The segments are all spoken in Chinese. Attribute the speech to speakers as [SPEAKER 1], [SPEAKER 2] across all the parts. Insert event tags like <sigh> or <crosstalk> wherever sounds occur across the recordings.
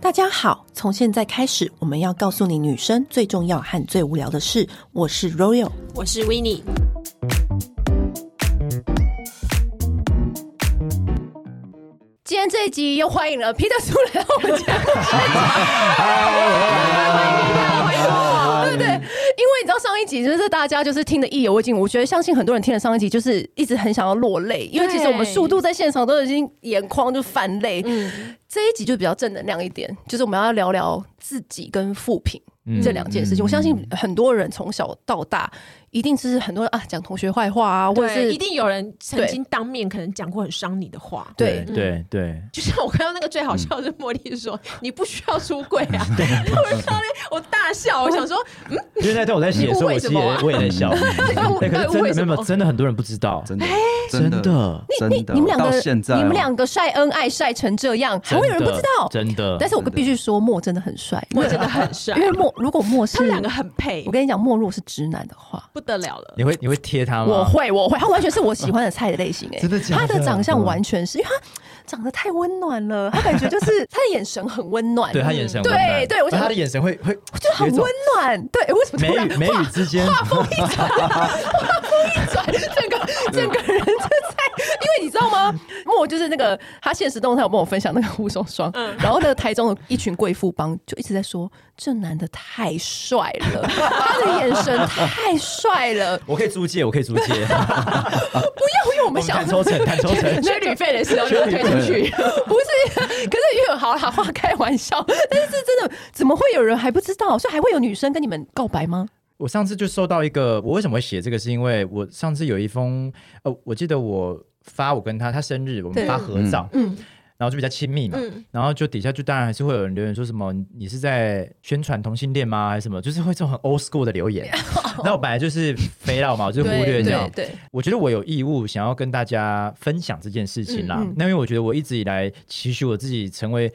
[SPEAKER 1] 大家好，从现在开始，我们要告诉你女生最重要和最无聊的事。我是 Royal，
[SPEAKER 2] 我是 w i n n i e
[SPEAKER 3] 今天这一集又欢迎了 Peter 出来到我们
[SPEAKER 2] <laughs>
[SPEAKER 3] 家，对对，因为你知道上一集就是大家就是听得意犹未尽，我觉得相信很多人听了上一集就是一直很想要落泪，因为其实我们速度在现场都已经眼眶就泛泪。
[SPEAKER 2] 嗯
[SPEAKER 3] 这一集就比较正能量一点，就是我们要聊聊自己
[SPEAKER 2] 嗯
[SPEAKER 3] 跟负评。这两件事情，我相信很多人从小到大，一定是很多人啊讲同学坏话啊，或者
[SPEAKER 2] 对，
[SPEAKER 3] 是
[SPEAKER 2] 一定有人曾
[SPEAKER 3] 对
[SPEAKER 2] 经当面可能讲过很伤你的话。
[SPEAKER 3] 对嗯
[SPEAKER 4] 对对，
[SPEAKER 2] <laughs> 就像我看到那个最好笑的是茉莉说：“你不需要出柜 <laughs> 啊！”我就说我大笑，我想说
[SPEAKER 4] 因为那段我在写的时候，我自
[SPEAKER 3] <laughs>
[SPEAKER 4] 己
[SPEAKER 2] 你误会什么啊
[SPEAKER 4] 也我也在笑。哎，可
[SPEAKER 2] 到底
[SPEAKER 4] 是真
[SPEAKER 2] 为
[SPEAKER 4] 的没
[SPEAKER 2] 什
[SPEAKER 4] 有没
[SPEAKER 2] 么
[SPEAKER 4] 有，？真的很多人不
[SPEAKER 3] <laughs>
[SPEAKER 4] 知道，
[SPEAKER 5] 真的，
[SPEAKER 4] 真
[SPEAKER 5] 真
[SPEAKER 4] 的
[SPEAKER 5] 的，真
[SPEAKER 3] 哎你
[SPEAKER 5] 的，
[SPEAKER 3] 你们两
[SPEAKER 5] 到
[SPEAKER 3] 个，
[SPEAKER 5] 现在哦
[SPEAKER 3] 你们两个晒恩爱晒成这样，还会有人不知道？
[SPEAKER 4] 真的，
[SPEAKER 3] 但是我
[SPEAKER 5] 真的
[SPEAKER 3] 必须说，莫真的很帅，
[SPEAKER 2] <laughs> 我真的很帅
[SPEAKER 3] 因，为莫如果莫
[SPEAKER 2] 他
[SPEAKER 3] 是
[SPEAKER 2] 们两个，很配
[SPEAKER 3] 我，跟你讲，莫如果是直男的话，
[SPEAKER 2] 不得了了。
[SPEAKER 4] 你会你会贴他吗？
[SPEAKER 3] 我会我会，他完全是我喜欢的菜的类
[SPEAKER 4] <laughs>
[SPEAKER 3] 型哎、
[SPEAKER 4] 真的假的嗯
[SPEAKER 3] 他的长相完全是因为他长得太温暖了，他感觉就是他的眼神很温暖，
[SPEAKER 4] 对他眼神
[SPEAKER 3] 对
[SPEAKER 4] 温暖，
[SPEAKER 3] 对我想
[SPEAKER 4] 他的眼神会会
[SPEAKER 3] 就很温暖。对，为什么
[SPEAKER 4] 眉
[SPEAKER 3] 突然
[SPEAKER 4] 宇眉宇之间，
[SPEAKER 3] 转， <laughs> 整个整个人就在，因为你知道吗？莫就是那个他现实动态有帮我分享那个护手霜，然后那个台中的一群贵妇帮就一直在说这男的太帅了，他的眼神太帅了，
[SPEAKER 4] 我可以租借，我可以租借，
[SPEAKER 3] 不要，因为我们想
[SPEAKER 4] 谈抽成，谈抽成。
[SPEAKER 2] 追旅费的时候就要推出去，
[SPEAKER 3] 不是，可是因为好啦，话开玩笑，但是真的怎么会有人还不知道？所以还会有女生跟你们告白吗？
[SPEAKER 4] 我上次就收到一个，我为什么会写这个，是因为我上次有一封，呃，我记得我发我跟他他生日，我
[SPEAKER 3] 对
[SPEAKER 4] 们发合照，
[SPEAKER 3] 嗯，
[SPEAKER 4] 然后就比较亲密嘛，
[SPEAKER 2] 嗯
[SPEAKER 4] 然后就底下就当然还是会有人留言说什么你你是在宣传同性恋吗，还是什么，就是会这种很 old school 的
[SPEAKER 3] <laughs>
[SPEAKER 4] 留言。那我本来就是肥佬嘛，我就是忽略这样。
[SPEAKER 3] 对，
[SPEAKER 4] 我觉得我有义务想要跟大家分享这件事情啦。
[SPEAKER 3] 嗯嗯
[SPEAKER 4] 那因为我觉得我一直以来期许我自己成为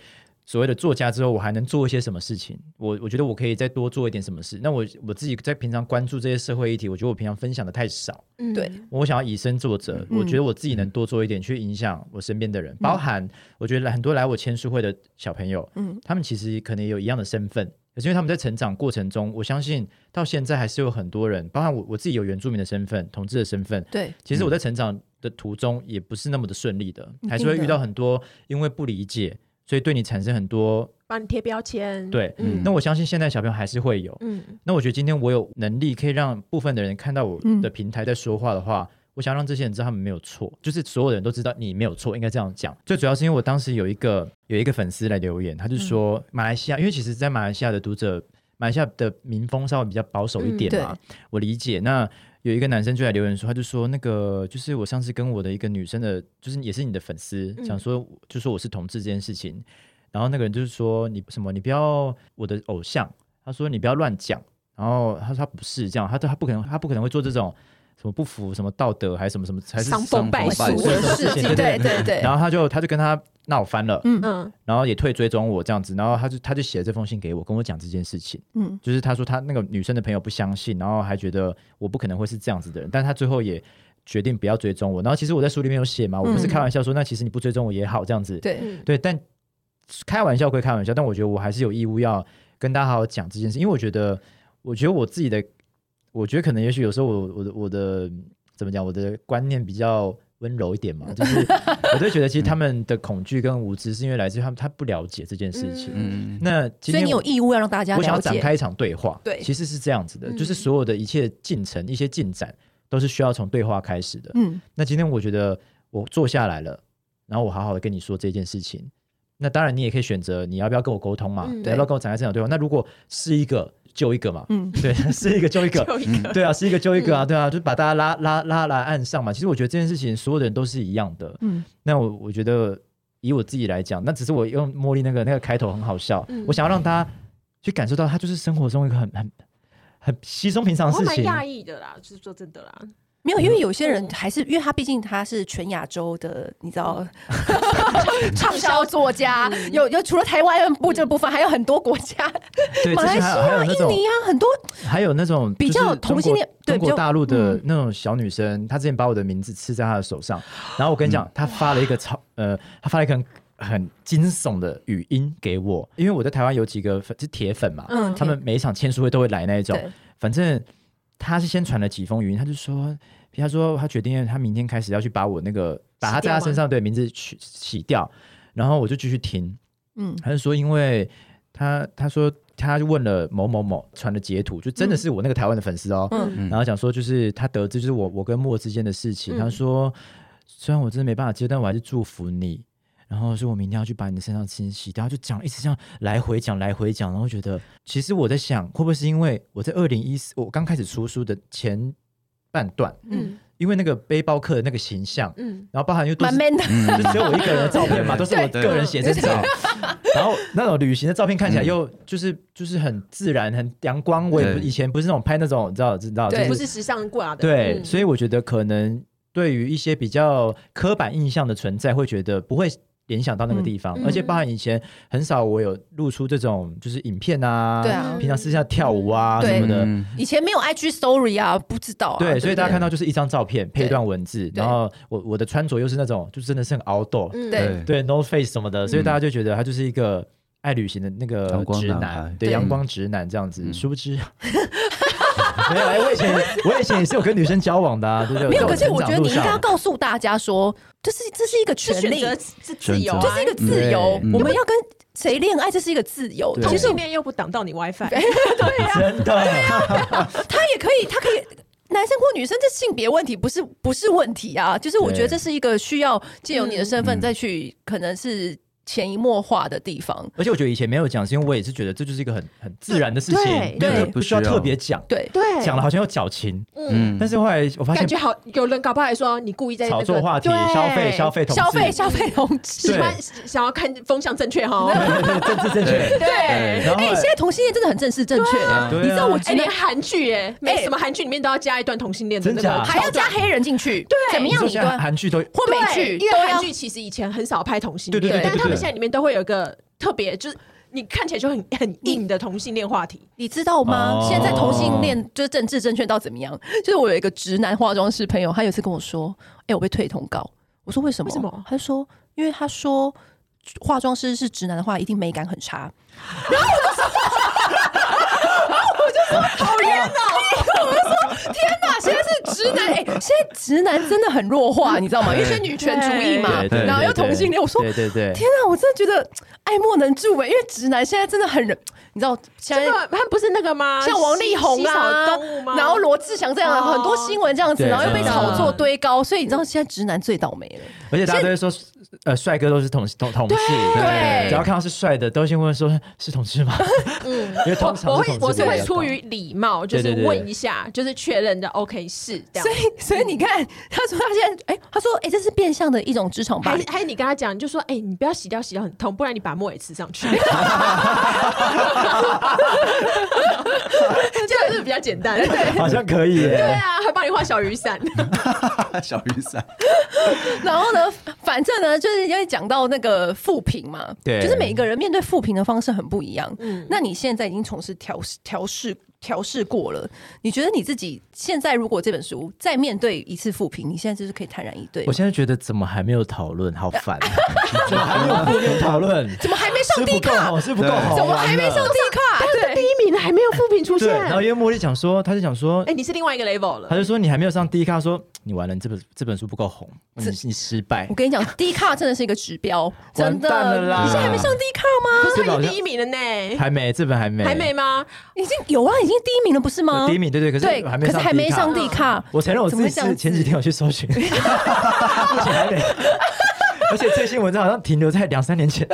[SPEAKER 4] 所谓的作家之后，我还能做一些什么事情？我我觉得我可以再多做一点什么事。那我我自己在平常关注这些社会议题，我觉得我平常分享的太少。
[SPEAKER 2] 嗯
[SPEAKER 3] 对，
[SPEAKER 4] 我想要以身作则，
[SPEAKER 3] 嗯
[SPEAKER 4] 我觉得我自己能多做一点，去影响我身边的人，包含我觉得很多来我签书会的小朋友，
[SPEAKER 3] 嗯
[SPEAKER 4] 他们其实可能也有一样的身份，可是因为他们在成长过程中，我相信到现在还是有很多人，包含我我自己有原住民的身份、同志的身份，
[SPEAKER 3] 对，
[SPEAKER 4] 其实我在成长的途中也不是那么的顺利的，
[SPEAKER 3] 定的
[SPEAKER 4] 还是会遇到很多因为不理解，所以对你产生很多
[SPEAKER 2] 帮你贴标签。，
[SPEAKER 4] 对。
[SPEAKER 5] 嗯
[SPEAKER 4] 那我相信现在小朋友还是会有，
[SPEAKER 2] 嗯，
[SPEAKER 4] 那我觉得今天我有能力可以让部分的人看到我的平台在说话的话，我想让这些人知道他们没有错，就是所有人都知道你没有错，应该这样讲。最主要是因为我当时有一个有一个粉丝来留言，他就说、马来西亚，因为其实在马来西亚的读者，马来西亚的民风稍微比较保守一点嘛，我理解。那有一个男生就来留言说，他就说那个就是我上次跟我的一个女生的，就是也是你的粉丝，
[SPEAKER 2] 嗯
[SPEAKER 4] 讲说就说我是同志这件事情，然后那个人就是说你什么你不要我的偶像，他说你不要乱讲，然后他说他不是这样，他他不可能他不可能会做这种什么不服什么道德还是什么什么还是
[SPEAKER 2] 伤风败俗
[SPEAKER 5] 伤风
[SPEAKER 4] 败
[SPEAKER 2] 的
[SPEAKER 4] 俗
[SPEAKER 2] 事
[SPEAKER 4] 对
[SPEAKER 2] 情。
[SPEAKER 3] 对对对
[SPEAKER 4] 然，后他就他就跟他闹翻了，
[SPEAKER 2] <laughs> 嗯，
[SPEAKER 4] 然后也退追踪我这样子，然后他就他就写了这封信给我，跟我讲这件事情。
[SPEAKER 3] 嗯，
[SPEAKER 4] 就是他说他那个女生的朋友不相信，然后还觉得我不可能会是这样子的人，但他最后也决定不要追踪我。然后其实我在书里面有写嘛，
[SPEAKER 2] 嗯
[SPEAKER 4] 我不是开玩笑说，那其实你不追踪我也好这样子。
[SPEAKER 3] 对，
[SPEAKER 4] 对，但开玩笑归开玩笑，但我觉得我还是有义务要跟大家好好讲这件事，因为我觉得，我觉得我自己的，我觉得可能也许有时候我我的我的怎么讲，我的观念比较温柔一点嘛，就是
[SPEAKER 3] <laughs>
[SPEAKER 4] 我就觉得其实他们的恐惧跟无知是因为来自于他们他不了解这件事情。
[SPEAKER 5] 嗯，
[SPEAKER 4] 那今
[SPEAKER 3] 所以
[SPEAKER 4] 天
[SPEAKER 3] 你有
[SPEAKER 4] 我
[SPEAKER 3] 义务要让大家
[SPEAKER 4] 我想
[SPEAKER 3] 了
[SPEAKER 4] 要展
[SPEAKER 3] 解。
[SPEAKER 4] 开一场对话，
[SPEAKER 3] 对
[SPEAKER 4] 其实是这样子的，
[SPEAKER 2] 嗯
[SPEAKER 4] 就是所有的一切进程、一些进展都是需要从对话开始的。
[SPEAKER 3] 嗯，
[SPEAKER 4] 那今天我觉得我坐下来了，然后我好好的跟你说这件事情。那当然，你也可以选择你要不要跟我沟通嘛，
[SPEAKER 2] 嗯
[SPEAKER 4] 你要不要跟我展开这场对话？那如果是一个就一个嘛，
[SPEAKER 3] 嗯
[SPEAKER 4] 对，是一个就一
[SPEAKER 3] <laughs>
[SPEAKER 4] 个，
[SPEAKER 2] 就一个
[SPEAKER 4] 对啊，是一个就一个啊，对啊，就把大家拉拉拉来岸上嘛。其实我觉得这件事情所有的人都是一样的。
[SPEAKER 3] 嗯
[SPEAKER 4] 那我我觉得以我自己来讲，那只是我用茉莉那个那个开头很好笑，
[SPEAKER 2] 嗯
[SPEAKER 4] 我想要让大家去感受到，它就是生活中一个很很很稀松平常
[SPEAKER 2] 我
[SPEAKER 4] 的
[SPEAKER 2] 还
[SPEAKER 3] Oh
[SPEAKER 4] 事
[SPEAKER 2] 蛮
[SPEAKER 4] 情。
[SPEAKER 2] 讶异的啦，就是说真的啦，
[SPEAKER 3] 没有，因为有些人嗯还是因为他毕竟他是全亚洲的，你知道，嗯 <laughs> 畅销嗯作家， <laughs> 有有除了台湾部这部分，还有很多国家，
[SPEAKER 4] 对，
[SPEAKER 3] 马
[SPEAKER 4] 之
[SPEAKER 3] 来
[SPEAKER 4] 前
[SPEAKER 3] 西
[SPEAKER 4] 还有还
[SPEAKER 3] 亚、
[SPEAKER 4] 有那种
[SPEAKER 3] 印尼啊，很多
[SPEAKER 4] 还有那种
[SPEAKER 3] 比
[SPEAKER 4] 就是
[SPEAKER 3] 较
[SPEAKER 4] 中
[SPEAKER 3] 同性
[SPEAKER 4] 国
[SPEAKER 3] 恋对比
[SPEAKER 4] 中国
[SPEAKER 3] 较嗯
[SPEAKER 4] 大陆的那种小女
[SPEAKER 3] 嗯
[SPEAKER 4] 生，她之前把我的名字刺在她的手上，然后我跟你讲，她发了一个超呃，她发了一个很很惊悚的语音给我，因为我在台湾有几个粉是铁粉嘛，
[SPEAKER 2] 嗯
[SPEAKER 4] 他们每一场签书会都会来那一种
[SPEAKER 3] 对，
[SPEAKER 4] 反正他是先传了几封语音，他就说，他说他决定他明天开始要去把我那个把他在他身上对名字取洗掉，然后我就继续听，
[SPEAKER 1] 嗯，
[SPEAKER 4] 他就说因为他他说他问了某某某传的截图，就真的是我那个台湾的粉丝哦，
[SPEAKER 3] 嗯
[SPEAKER 4] 然后讲说就是他得知就是我我跟莫之间的事情，他说虽然我真的没办法接，但我还是祝福你。然后说我明天要去把你的身上清洗掉，就讲一直这样来回讲来回讲，然后觉得其实我在想，会不会是因为我在二零一四我刚开始出书的前半段，
[SPEAKER 2] 嗯
[SPEAKER 4] 因为那个背包客的那个形象，
[SPEAKER 2] 嗯，
[SPEAKER 4] 然后包含又都
[SPEAKER 3] 蛮
[SPEAKER 4] 是
[SPEAKER 3] man 的，
[SPEAKER 5] 嗯
[SPEAKER 4] 就只有我一个人的照片嘛，
[SPEAKER 5] <laughs> 对
[SPEAKER 4] 都是我
[SPEAKER 5] 对
[SPEAKER 4] 个人写真照。然后那种旅行的照片
[SPEAKER 5] 嗯
[SPEAKER 4] 看起来又就是就是很自然、很阳光。我也不
[SPEAKER 5] 对
[SPEAKER 4] 以前不是那种拍那种，你知道，知道，就
[SPEAKER 3] 对
[SPEAKER 2] 嗯不
[SPEAKER 4] 是
[SPEAKER 2] 是时尚挂的，
[SPEAKER 4] 对，
[SPEAKER 2] 嗯
[SPEAKER 4] 所以我觉得可能对于一些比较刻板印象的存在，会觉得不会联想到那个地方
[SPEAKER 2] 嗯，嗯
[SPEAKER 4] 而且包含以前很少我有露出这种就是影片啊，
[SPEAKER 3] 对啊
[SPEAKER 4] 平常私下跳舞啊
[SPEAKER 3] 对
[SPEAKER 4] 什么的，
[SPEAKER 5] 嗯
[SPEAKER 3] 以前没有 IG story 啊，不知道啊。
[SPEAKER 4] 对，所以大家
[SPEAKER 3] 不
[SPEAKER 4] 看到就是一张照片配一段文字，
[SPEAKER 3] 对
[SPEAKER 4] 然后我我的穿着又是那种就真的是很 outdoor，
[SPEAKER 2] 嗯
[SPEAKER 3] 对
[SPEAKER 5] 对
[SPEAKER 4] 对 no face 什么的，所以
[SPEAKER 5] 嗯
[SPEAKER 4] 大家就觉得他就是一个爱旅行的那个
[SPEAKER 5] 阳光
[SPEAKER 4] 直
[SPEAKER 5] 男
[SPEAKER 4] 男
[SPEAKER 5] 孩，
[SPEAKER 4] 对
[SPEAKER 5] 对
[SPEAKER 4] 阳光直男这样子。
[SPEAKER 5] 嗯
[SPEAKER 4] 殊不知， <laughs> 没有，哎我以前我以前也是有跟女生交往的啊，对不对？
[SPEAKER 3] 没有，
[SPEAKER 4] 在
[SPEAKER 3] 可
[SPEAKER 4] 我
[SPEAKER 3] 是我觉得
[SPEAKER 4] 成长路
[SPEAKER 3] 你应该要
[SPEAKER 4] 上，
[SPEAKER 3] 告诉大家说，就是这是一个
[SPEAKER 2] 是
[SPEAKER 3] 权
[SPEAKER 2] 选
[SPEAKER 3] 利，
[SPEAKER 2] 择
[SPEAKER 3] 这
[SPEAKER 2] 是自由啊，
[SPEAKER 5] 选择
[SPEAKER 3] 是一个自由。
[SPEAKER 5] 嗯
[SPEAKER 3] 我们要跟谁恋爱，这是一个自由。
[SPEAKER 5] 对
[SPEAKER 3] 同
[SPEAKER 2] 同
[SPEAKER 3] 时
[SPEAKER 2] 性恋又不挡到你 WiFi，
[SPEAKER 3] 啊
[SPEAKER 4] 真的，
[SPEAKER 3] 他也可以，他可以。男生或女生，这性别问题不是不是问题啊，就是我觉得这是一个需要借由你的身份
[SPEAKER 5] 嗯
[SPEAKER 3] 再去，可能是潜移默化的地方。
[SPEAKER 4] 而且我觉得以前没有讲，是因为我也是觉得这就是一个很很自然的事
[SPEAKER 2] 对
[SPEAKER 4] 情，没有
[SPEAKER 3] 对
[SPEAKER 4] 不需要
[SPEAKER 5] 不需要
[SPEAKER 4] 特别讲，
[SPEAKER 3] 对，
[SPEAKER 2] 对
[SPEAKER 4] 讲了好像有矫情，
[SPEAKER 5] 嗯
[SPEAKER 4] 但是后来我发
[SPEAKER 2] 感觉
[SPEAKER 4] 现
[SPEAKER 2] 好，有人搞不好还说你故意在那
[SPEAKER 4] 炒
[SPEAKER 2] 个
[SPEAKER 4] 作话题、
[SPEAKER 2] 对
[SPEAKER 4] 消费、消费、同志
[SPEAKER 3] 消费消费同志
[SPEAKER 2] 喜
[SPEAKER 4] 对，
[SPEAKER 2] 欢想要看风向正确哈，
[SPEAKER 4] 对对政治正确，
[SPEAKER 2] 对。
[SPEAKER 4] 然后
[SPEAKER 3] <laughs> 哎、
[SPEAKER 4] 后来
[SPEAKER 3] 现在同性恋真的很正式正确、
[SPEAKER 4] 对啊
[SPEAKER 3] 你知道我
[SPEAKER 2] 哎，
[SPEAKER 3] 今天
[SPEAKER 2] 连韩剧哎，每什么韩剧里面都要加一段同性恋的那
[SPEAKER 4] 真假
[SPEAKER 2] 个，
[SPEAKER 3] 还要加黑人进去，对怎么
[SPEAKER 4] 你
[SPEAKER 3] 样
[SPEAKER 4] 说
[SPEAKER 3] 你都
[SPEAKER 4] 现在
[SPEAKER 3] 要
[SPEAKER 4] 韩剧都
[SPEAKER 3] 或美
[SPEAKER 2] 对
[SPEAKER 3] 剧
[SPEAKER 2] 因
[SPEAKER 3] 都
[SPEAKER 2] 为韩
[SPEAKER 3] 要
[SPEAKER 2] 剧其实以前很少拍同性
[SPEAKER 4] 对对对
[SPEAKER 2] 恋，
[SPEAKER 4] 对
[SPEAKER 2] 但
[SPEAKER 4] 对
[SPEAKER 2] 他们
[SPEAKER 4] 对
[SPEAKER 2] 现在里面都会有一个特别，就是你看起来就很很硬的同性恋话题。
[SPEAKER 3] 你知道吗？
[SPEAKER 4] 哦
[SPEAKER 3] 现在同性恋就是政治正确到怎么样？就是我有一个直男化妆师朋友，他有一次跟我说：“哎、我被退通告。”我说：“为什么？”
[SPEAKER 2] 为什么
[SPEAKER 3] 他就说：“因为他说化妆师是直男的话，一定美感很
[SPEAKER 4] <laughs>
[SPEAKER 3] 差。” <laughs> 然后我就说：“我就说好冤呐！”我就说：“天哪，现在是直男，哎、现在直男真的很弱化，你知道吗？因为现在女权主义嘛
[SPEAKER 4] 对，对
[SPEAKER 3] 然后又同性恋，我说
[SPEAKER 4] 对对对，
[SPEAKER 3] 天啊，我真的觉得爱莫能助哎，因为直男现在真的很忍，你知道现
[SPEAKER 2] 真
[SPEAKER 3] 在
[SPEAKER 2] 的，他不是那个吗？
[SPEAKER 3] 像王力宏
[SPEAKER 2] 西
[SPEAKER 3] 啊
[SPEAKER 2] 小动物吗，
[SPEAKER 3] 然后罗志祥这样的
[SPEAKER 2] 哦
[SPEAKER 3] 很多新闻这样子，
[SPEAKER 4] 对
[SPEAKER 3] 然后又被
[SPEAKER 4] 真的
[SPEAKER 3] 炒作堆高，所以你知道现在直男最倒霉了。
[SPEAKER 4] 而且大家都会说，呃，帅哥都是同同同志，
[SPEAKER 3] 对
[SPEAKER 4] 只要看到是帅的，都先问说是同志吗？嗯， <laughs> 因为通
[SPEAKER 2] 我
[SPEAKER 4] 常
[SPEAKER 2] 我会
[SPEAKER 4] 是同志
[SPEAKER 2] 我是
[SPEAKER 4] 比
[SPEAKER 2] 会
[SPEAKER 4] 较
[SPEAKER 2] 出
[SPEAKER 4] 高
[SPEAKER 2] 于礼貌，就
[SPEAKER 4] 对
[SPEAKER 2] 是
[SPEAKER 4] 对对
[SPEAKER 2] 问一下，就是确认的 OK 是这样
[SPEAKER 3] 所。以所以你看，他说他现在哎、他说哎、这是变相的一种职场霸
[SPEAKER 2] 还
[SPEAKER 3] 凌。
[SPEAKER 2] 还是你跟他讲，你就说，哎、你不要洗掉，洗掉很痛，不然你把墨也吃上去。 <laughs> 这样是比较简单。对
[SPEAKER 4] 好像可以耶，
[SPEAKER 2] 啊，还帮你画小雨伞。
[SPEAKER 4] 啊
[SPEAKER 5] 小
[SPEAKER 4] <laughs>
[SPEAKER 5] 雨伞，
[SPEAKER 3] <laughs> 然后呢，反正呢，就是因为讲到那个负评嘛，
[SPEAKER 4] 对
[SPEAKER 3] 就是每一个人面对负评的方式很不一样。
[SPEAKER 2] 嗯
[SPEAKER 3] 那你现在已经从事调试、调试、调试过了，你觉得你自己现在如果这本书再面对一次负评，你现在就是可以坦然以对
[SPEAKER 4] 我
[SPEAKER 3] 吗？
[SPEAKER 4] 现在觉得怎么还没有讨论，好烦， <laughs> 怎么还没有负面讨论？ <laughs>
[SPEAKER 3] 怎么还没
[SPEAKER 4] 是
[SPEAKER 3] 上
[SPEAKER 4] 不
[SPEAKER 3] 地
[SPEAKER 4] 够
[SPEAKER 3] 卡？
[SPEAKER 4] 好，是不够好，
[SPEAKER 3] 怎么还没上？地卡？对，
[SPEAKER 2] 第一名还没有负评出
[SPEAKER 4] 对，
[SPEAKER 2] 现。
[SPEAKER 4] 然后
[SPEAKER 2] 哎、
[SPEAKER 4] 因为茉莉讲说，他就讲说，
[SPEAKER 3] 哎
[SPEAKER 2] 你是另外一个 level
[SPEAKER 4] 他
[SPEAKER 2] 了。
[SPEAKER 4] 就说你还没有上第一咖，说你完了，你这本这本书不够红，嗯你你失败
[SPEAKER 3] 我。跟你讲， <laughs> 低卡真的是一个指标，真的。
[SPEAKER 4] 完蛋了啦
[SPEAKER 3] 你现在还没上低卡吗？
[SPEAKER 2] 可是他
[SPEAKER 4] 好
[SPEAKER 2] 已
[SPEAKER 4] 像
[SPEAKER 2] 啊经第一名了呢，
[SPEAKER 4] 还没，这本还没，
[SPEAKER 2] 还没吗？
[SPEAKER 3] 已经有啊，已经第一名了，不是吗？
[SPEAKER 4] 第一名，对对，可
[SPEAKER 3] 对，
[SPEAKER 4] 是还没
[SPEAKER 3] 可是
[SPEAKER 4] 上，
[SPEAKER 3] 还没上。地卡。
[SPEAKER 4] <laughs> 我承认我自己
[SPEAKER 3] 怎么会这样
[SPEAKER 4] 是前几天有去搜寻， <laughs> 目前还没。而且最新文章好像停留在两三年前，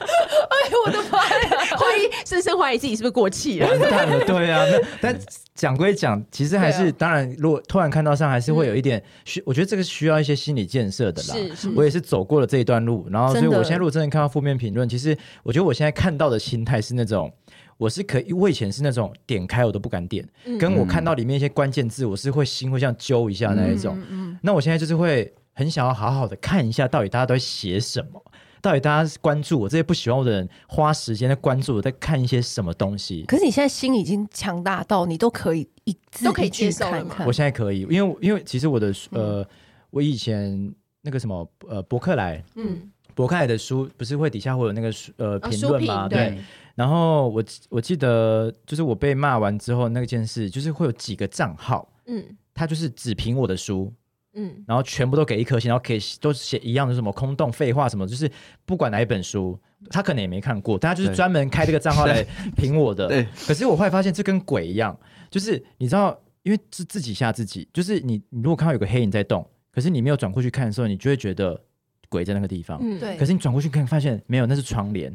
[SPEAKER 3] 哎呦我的妈呀！
[SPEAKER 2] 怀疑深深怀疑自己是不是过气了。
[SPEAKER 4] 完蛋了，
[SPEAKER 3] <laughs>
[SPEAKER 4] 对啊。那但讲归讲，其实还
[SPEAKER 3] 对啊
[SPEAKER 4] 是、
[SPEAKER 3] 嗯
[SPEAKER 4] 当然，如果突然看到上，还是会有一点需，我觉得这个需要一些心理建设的啦。
[SPEAKER 2] 是是
[SPEAKER 4] 我也是走过了这一段路，然后所以
[SPEAKER 3] 嗯真的
[SPEAKER 4] 我现在如果真的看到负面评论，其实我觉得我现在看到的心态是那种。我是可以，我以前是那种点开我都不敢点，
[SPEAKER 3] 嗯
[SPEAKER 4] 跟我看到里面一些关键字，我是会心会这样揪一下那一
[SPEAKER 3] 嗯
[SPEAKER 4] 种。那我现在就是会很想要好好的看一下，到底大家都在写什么，到底大家关注我这些不喜欢我的人花时间在关注我，在看一些什么东西。
[SPEAKER 3] 可是你现在心已经强大到你都可以一字
[SPEAKER 2] 都可以
[SPEAKER 3] 一句
[SPEAKER 2] 接受了
[SPEAKER 3] 看
[SPEAKER 2] 吗
[SPEAKER 3] 看
[SPEAKER 4] 我。现在可以，
[SPEAKER 3] 嗯
[SPEAKER 4] 因为因为其实我的呃，我以前那个什么呃伯克莱，
[SPEAKER 2] 嗯，
[SPEAKER 4] 博客来的书不是会底下会有那个书呃
[SPEAKER 2] 啊
[SPEAKER 4] 评
[SPEAKER 2] 书
[SPEAKER 4] 论
[SPEAKER 2] 评
[SPEAKER 4] 吗？
[SPEAKER 2] 对
[SPEAKER 4] 对。然后我记我记得就是我被骂完之后那件事，就是会有几个账号，
[SPEAKER 2] 嗯
[SPEAKER 4] 他就是只评我的书，
[SPEAKER 2] 嗯，
[SPEAKER 4] 然后全部都给一颗星，然后给都写一样的什么空洞废话什么，就是不管哪一本书，他可能也没看过，但他就是
[SPEAKER 5] 对
[SPEAKER 4] 专门开这个账号来评我的。
[SPEAKER 5] 对，
[SPEAKER 4] 可是我后来发现这跟鬼一样，就是你知道，因为是自己吓自己，就是你你如果看到有个黑影在动，可是你没有转过去看的时候，你就会觉得鬼在那个地方。
[SPEAKER 2] 嗯
[SPEAKER 3] 对
[SPEAKER 4] 可是你转过去看，发现没有，那是
[SPEAKER 3] <coughs>
[SPEAKER 4] 窗帘。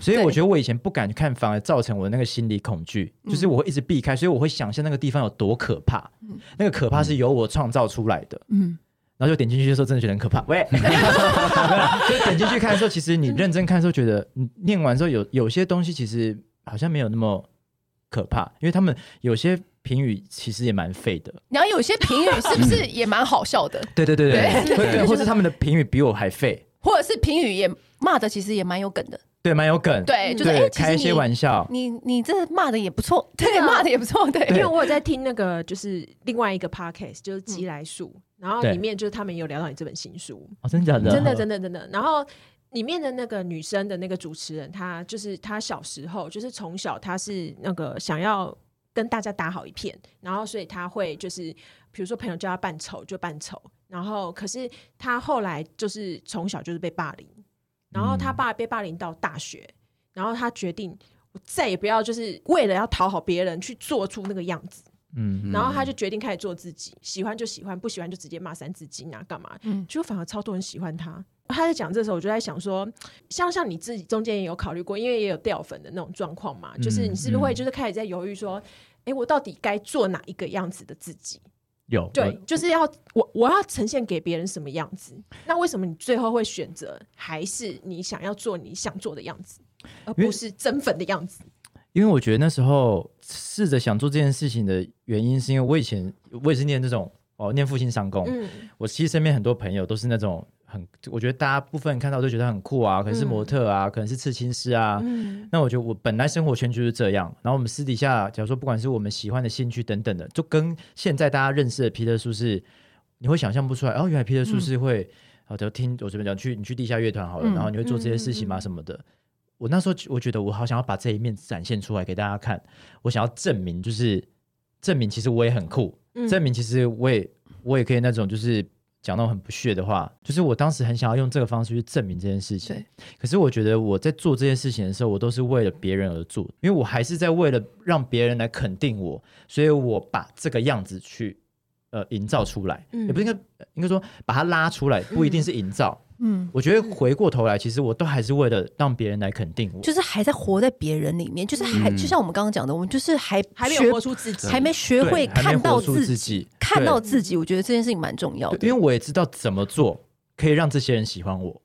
[SPEAKER 4] 所以我觉得我以前不敢看，反而造成我的那个心理恐惧，
[SPEAKER 3] 嗯
[SPEAKER 4] 就是我会一直避开，所以我会想象那个地方有多可怕，那个可怕是由我创造出来的。
[SPEAKER 3] 嗯
[SPEAKER 4] 嗯，然后就点进去的时候，真的觉得很可怕。喂，没有啦 <laughs> 就点进去看的时候，其实你认真看的时候，觉得你念完之后有有些东西其实好像没有那么可怕，因为他们有些评语其实也蛮废的。
[SPEAKER 3] 然后有些评语是不
[SPEAKER 4] <laughs>
[SPEAKER 3] 是也蛮好笑的，
[SPEAKER 4] 对对对
[SPEAKER 3] 对
[SPEAKER 4] 对，会对，或是他们的评语比我还废。
[SPEAKER 3] 或者是评语也骂的其实也蛮有梗的，
[SPEAKER 4] 对，蛮有梗。
[SPEAKER 3] 对，就是哎、
[SPEAKER 4] 对，
[SPEAKER 3] 诶其实
[SPEAKER 4] 开一些
[SPEAKER 3] 你
[SPEAKER 4] 玩笑。
[SPEAKER 3] 你你这骂的也不错， <laughs> 对，
[SPEAKER 2] 啊
[SPEAKER 3] 骂的也不错，对，
[SPEAKER 2] 因为我有在听那个就是另外一个 podcast，就是吉来树，然后
[SPEAKER 4] 嗯对
[SPEAKER 2] 里面就是他们有聊到你这本新书，
[SPEAKER 4] 哦，真的假的？
[SPEAKER 2] 真的真
[SPEAKER 4] 的。
[SPEAKER 2] 的真的，然后。里面的那个女生的那个主持人，她就是她小时候就是从小她是那个想要跟大家打好一片，然后所以她会就是比如说朋友叫她扮丑就扮丑，然后可是她后来就是从小就是被霸凌，然后她爸被霸凌到大学，然后她决定我再也不要就是为了要讨好别人去做出那个样子，
[SPEAKER 4] 嗯，
[SPEAKER 2] 然后他就决定开始做自己，喜欢就喜欢，不喜欢就直接骂三字经啊，干嘛？嗯，就反而超多人喜欢他。他在讲这时候，我就在想说，像像你自己中间也有考虑过，因为也有掉粉的那种状况嘛，就是
[SPEAKER 4] 嗯
[SPEAKER 2] 你是不是会就是开始在犹豫说，哎、我到底该做哪一个样子的自己？
[SPEAKER 4] 有
[SPEAKER 2] 对
[SPEAKER 4] 有，
[SPEAKER 2] 就是要我我要呈现给别人什么样子？那为什么你最后会选择还是你想要做你想做的样子，而
[SPEAKER 4] 因
[SPEAKER 2] 不
[SPEAKER 4] 为
[SPEAKER 2] 是真粉的样子？
[SPEAKER 4] 因为我觉得那时候试着想做这件事情的原因，是因为我以前我也是念这种哦，念复兴商工，
[SPEAKER 2] 嗯，
[SPEAKER 4] 我其实身边很多朋友都是那种很，我觉得大部分看到都觉得很酷啊，可能是模特
[SPEAKER 2] 嗯
[SPEAKER 4] 啊，可能是刺青师啊。那我觉得我本来生活圈就是这样，然后我们私底下，假如说不管是我们喜欢的兴趣等等的，就跟现在大家认识的皮特叔是，你会想象不出来哦，原来皮特叔是会，好、的，听我这边讲，去你去地下乐团好了，
[SPEAKER 3] 嗯
[SPEAKER 4] 然后你会做这些事情吗？什么的。我那时候就我觉得我好想要把这一面展现出来给大家看，我想要证明，就是证明其实我也很酷，
[SPEAKER 2] 嗯
[SPEAKER 4] 证明其实我也我也可以那种就是讲那种很不屑的话，就是我当时很想要用这个方式去证明这件事情
[SPEAKER 3] 对。
[SPEAKER 4] 可是我觉得我在做这件事情的时候，我都是为了别人而做，因为我还是在为了让别人来肯定我，所以我把这个样子去呃营造出来，
[SPEAKER 2] 嗯
[SPEAKER 4] 也不是应该应该说把它拉出来，不一定是营造。
[SPEAKER 3] 嗯，
[SPEAKER 4] 我觉得回过头来，其实我都还是为了让别人来肯定我。
[SPEAKER 3] 就是还在活在别人里面，就是还、就像我们刚刚讲的，我们就是还
[SPEAKER 2] 还没
[SPEAKER 3] 学
[SPEAKER 2] 有活出自己，
[SPEAKER 3] 还没学
[SPEAKER 4] 对
[SPEAKER 3] 会
[SPEAKER 4] 还没
[SPEAKER 3] 看到
[SPEAKER 4] 活出
[SPEAKER 3] 自
[SPEAKER 4] 自己
[SPEAKER 3] 看到
[SPEAKER 4] 对
[SPEAKER 3] 自己，我觉得这件事情蛮重要
[SPEAKER 4] 对
[SPEAKER 3] 的。
[SPEAKER 4] 哦因为我也知道怎么做可以让这些人喜欢我。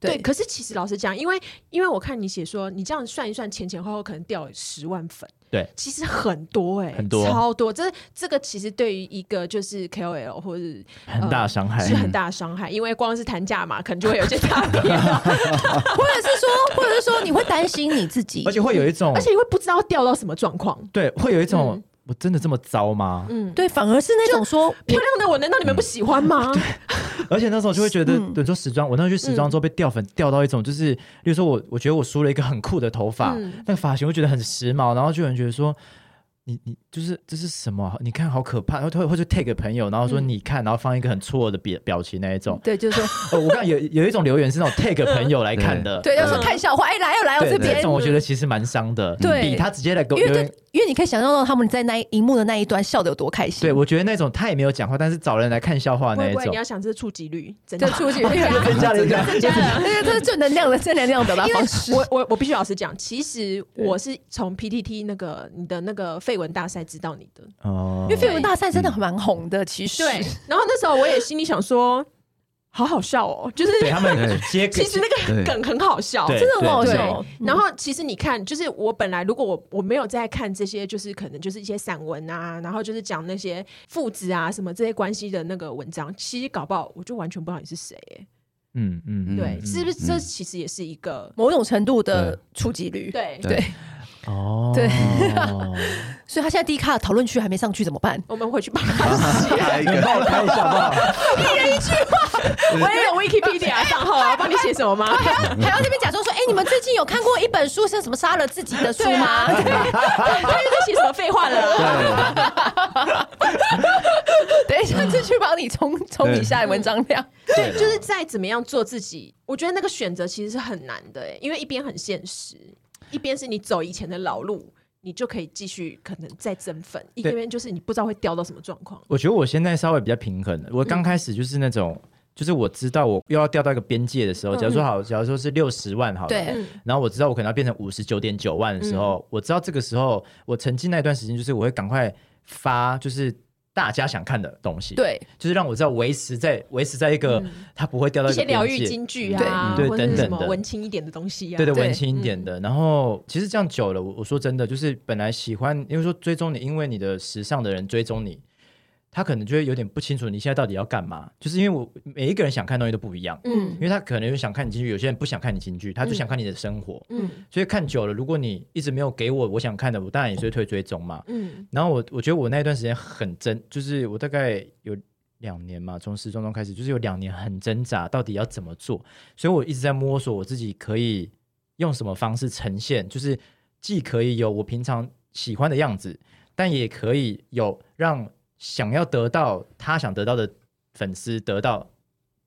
[SPEAKER 2] 对，
[SPEAKER 3] 对
[SPEAKER 2] 可是其实老实讲，因为因为我看你写说，你这样算一算，前前后后可能掉了十万粉，
[SPEAKER 4] 对，
[SPEAKER 2] 其实很多哎、
[SPEAKER 4] 很多
[SPEAKER 2] 超多。这这个其实对于一个就是 KOL 或者是呃
[SPEAKER 4] 很大的伤害、
[SPEAKER 2] 是很大的伤害，因为光是谈价嘛，可能就会有一些差别，
[SPEAKER 4] <laughs> 哦
[SPEAKER 3] 或者是说，或者是说，你会担心你自己
[SPEAKER 4] 而，且会有一种，
[SPEAKER 2] 而且你会不知道掉到什么状况。
[SPEAKER 4] 对，会有一种、
[SPEAKER 2] 嗯
[SPEAKER 4] 我真的这么糟吗？
[SPEAKER 2] 嗯，
[SPEAKER 3] 对，反而是那种说，
[SPEAKER 2] 漂亮的我难道你们不喜欢
[SPEAKER 4] <laughs>
[SPEAKER 2] 吗？
[SPEAKER 4] 而且那时候就会觉得，
[SPEAKER 3] 嗯
[SPEAKER 4] 等于说时装，我那时候去时装之后被掉粉，掉到一种就是，例如说我我觉得我梳了一个很酷的头发，
[SPEAKER 2] 嗯
[SPEAKER 4] 那个发型我觉得很时髦，然后就有人觉得说。你你就是这是什么？你看好可怕，然后或或者 take 朋友，然后说你看，然后放一个很错愕的表表情那一种。
[SPEAKER 3] 对，就是说，
[SPEAKER 4] 哦，我看有有一种留言是那种 take 朋友来看的，
[SPEAKER 3] 对，要说看笑话，哎，来哦，来哦，
[SPEAKER 4] 嗯对
[SPEAKER 3] 这边
[SPEAKER 4] 这，种我觉得其实蛮伤的，
[SPEAKER 3] 对
[SPEAKER 4] 比他直接来给我
[SPEAKER 3] 因为
[SPEAKER 4] 留言
[SPEAKER 3] 对，因为你可以想象到他们在那一荧幕的那一端笑的有多开心，
[SPEAKER 4] 对，我觉得那种他也没有讲话，但是找人来看笑话那
[SPEAKER 2] 会
[SPEAKER 4] 一
[SPEAKER 2] 不会
[SPEAKER 4] 种
[SPEAKER 2] 你要，想这是触及率增
[SPEAKER 3] 就
[SPEAKER 2] 加？<laughs>
[SPEAKER 3] 出 <laughs> 去，
[SPEAKER 2] 啊
[SPEAKER 4] <laughs>
[SPEAKER 3] 对，
[SPEAKER 4] 加了一个
[SPEAKER 3] 这是正能量的正能量表达方式。
[SPEAKER 2] 我我我必须老实讲，其实我是从 PTT 那个你的那个绯闻大赛知道你的，
[SPEAKER 4] 哦
[SPEAKER 3] 因为绯闻大赛真的蛮红的，其实
[SPEAKER 2] 对，然后那时候我也心里想说，好好笑哦，就是 <laughs>
[SPEAKER 4] 对他们接
[SPEAKER 2] 其实那个
[SPEAKER 5] 对
[SPEAKER 2] 梗很好笑，
[SPEAKER 4] 对嗯
[SPEAKER 3] 真的很好
[SPEAKER 2] 对
[SPEAKER 3] 笑。
[SPEAKER 2] 然后其实你看，就是我本来如果我我没有在看这些，就是可能就是一些散文啊，然后就是讲那些父子啊什么这些关系的那个文章，其实搞不好我就完全不知道你是谁、欸。
[SPEAKER 4] 嗯嗯
[SPEAKER 2] 对，
[SPEAKER 5] 嗯
[SPEAKER 2] 是不是
[SPEAKER 5] 嗯
[SPEAKER 2] 这其实也是一个
[SPEAKER 3] 某种程度的触及率，
[SPEAKER 2] 对？
[SPEAKER 5] 对
[SPEAKER 4] 哦 <laughs>
[SPEAKER 3] 对所以他现在第一卡的讨论区还没上去怎么办？
[SPEAKER 4] <laughs>
[SPEAKER 2] 我们回去帮他写。
[SPEAKER 5] 来一个，
[SPEAKER 4] 帮我开一下吧。
[SPEAKER 2] 我也有 Wikipedia 账号啊，帮你写什么吗？ <laughs>
[SPEAKER 3] <laughs>
[SPEAKER 4] 嗯
[SPEAKER 3] 还要这边假装说，哎、你们最近有看过一本书是什么杀了自己的书吗？
[SPEAKER 4] 啊
[SPEAKER 3] <laughs>
[SPEAKER 2] 他又在写什么废话了
[SPEAKER 4] <laughs>
[SPEAKER 2] 啊？
[SPEAKER 3] 等一下就去帮你冲冲一下文章量。
[SPEAKER 2] 对，就是在怎么样做自己，我觉得那个选择其实是很难的、欸，因为一边很现实，一边是你走以前的老路，你就可以继续可能再增粉；一边就是你不知道会掉到什么状况。
[SPEAKER 4] 我觉得我现在稍微比较平衡了。我刚开始就是那种，就是我知道我又要掉到一个边界的
[SPEAKER 2] 嗯
[SPEAKER 4] 时候，假如说好，假如说是六十万好了，
[SPEAKER 3] 对
[SPEAKER 4] 然后我知道我可能要变成五十九点九万的时
[SPEAKER 2] 嗯
[SPEAKER 4] 候，我知道这个时候我沉浸那段时间，就是我会赶快发，就是。大家想看的东西，
[SPEAKER 3] 对，
[SPEAKER 4] 就是让我知道维持在维持在一个、它不会掉到
[SPEAKER 2] 嗯一
[SPEAKER 4] 一个
[SPEAKER 2] 些疗
[SPEAKER 4] 边
[SPEAKER 2] 愈
[SPEAKER 4] 界
[SPEAKER 2] 金句啊，
[SPEAKER 4] 对
[SPEAKER 2] 或
[SPEAKER 4] 等
[SPEAKER 2] 者是
[SPEAKER 4] 等
[SPEAKER 2] 什么
[SPEAKER 4] 的
[SPEAKER 2] 文青一点的东西啊。嗯
[SPEAKER 4] 对对，
[SPEAKER 3] 对
[SPEAKER 4] 文青一点的。然后其实这样久了，我我说真的，就是本来喜欢，因为说追踪你，因为你的时尚的人追踪你，他可能就会有点不清楚你现在到底要干嘛。就是因为我每一个人想看的东西都不一样，
[SPEAKER 3] 嗯
[SPEAKER 4] 因为他可能有想看你京剧，有些人不想看你京剧，他就想看你的生活。
[SPEAKER 2] 嗯
[SPEAKER 4] 所以看久了，如果你一直没有给我我想看的，我当然也是会退追踪嘛。
[SPEAKER 2] 嗯
[SPEAKER 4] 然后我我觉得我那一段时间很挣，就是我大概有两年嘛，从时装周开始，就是有两年很挣扎，到底要怎么做。所以我一直在摸索我自己可以用什么方式呈现，就是既可以有我平常喜欢的样子，但也可以有让想要得到他想得到的粉丝得到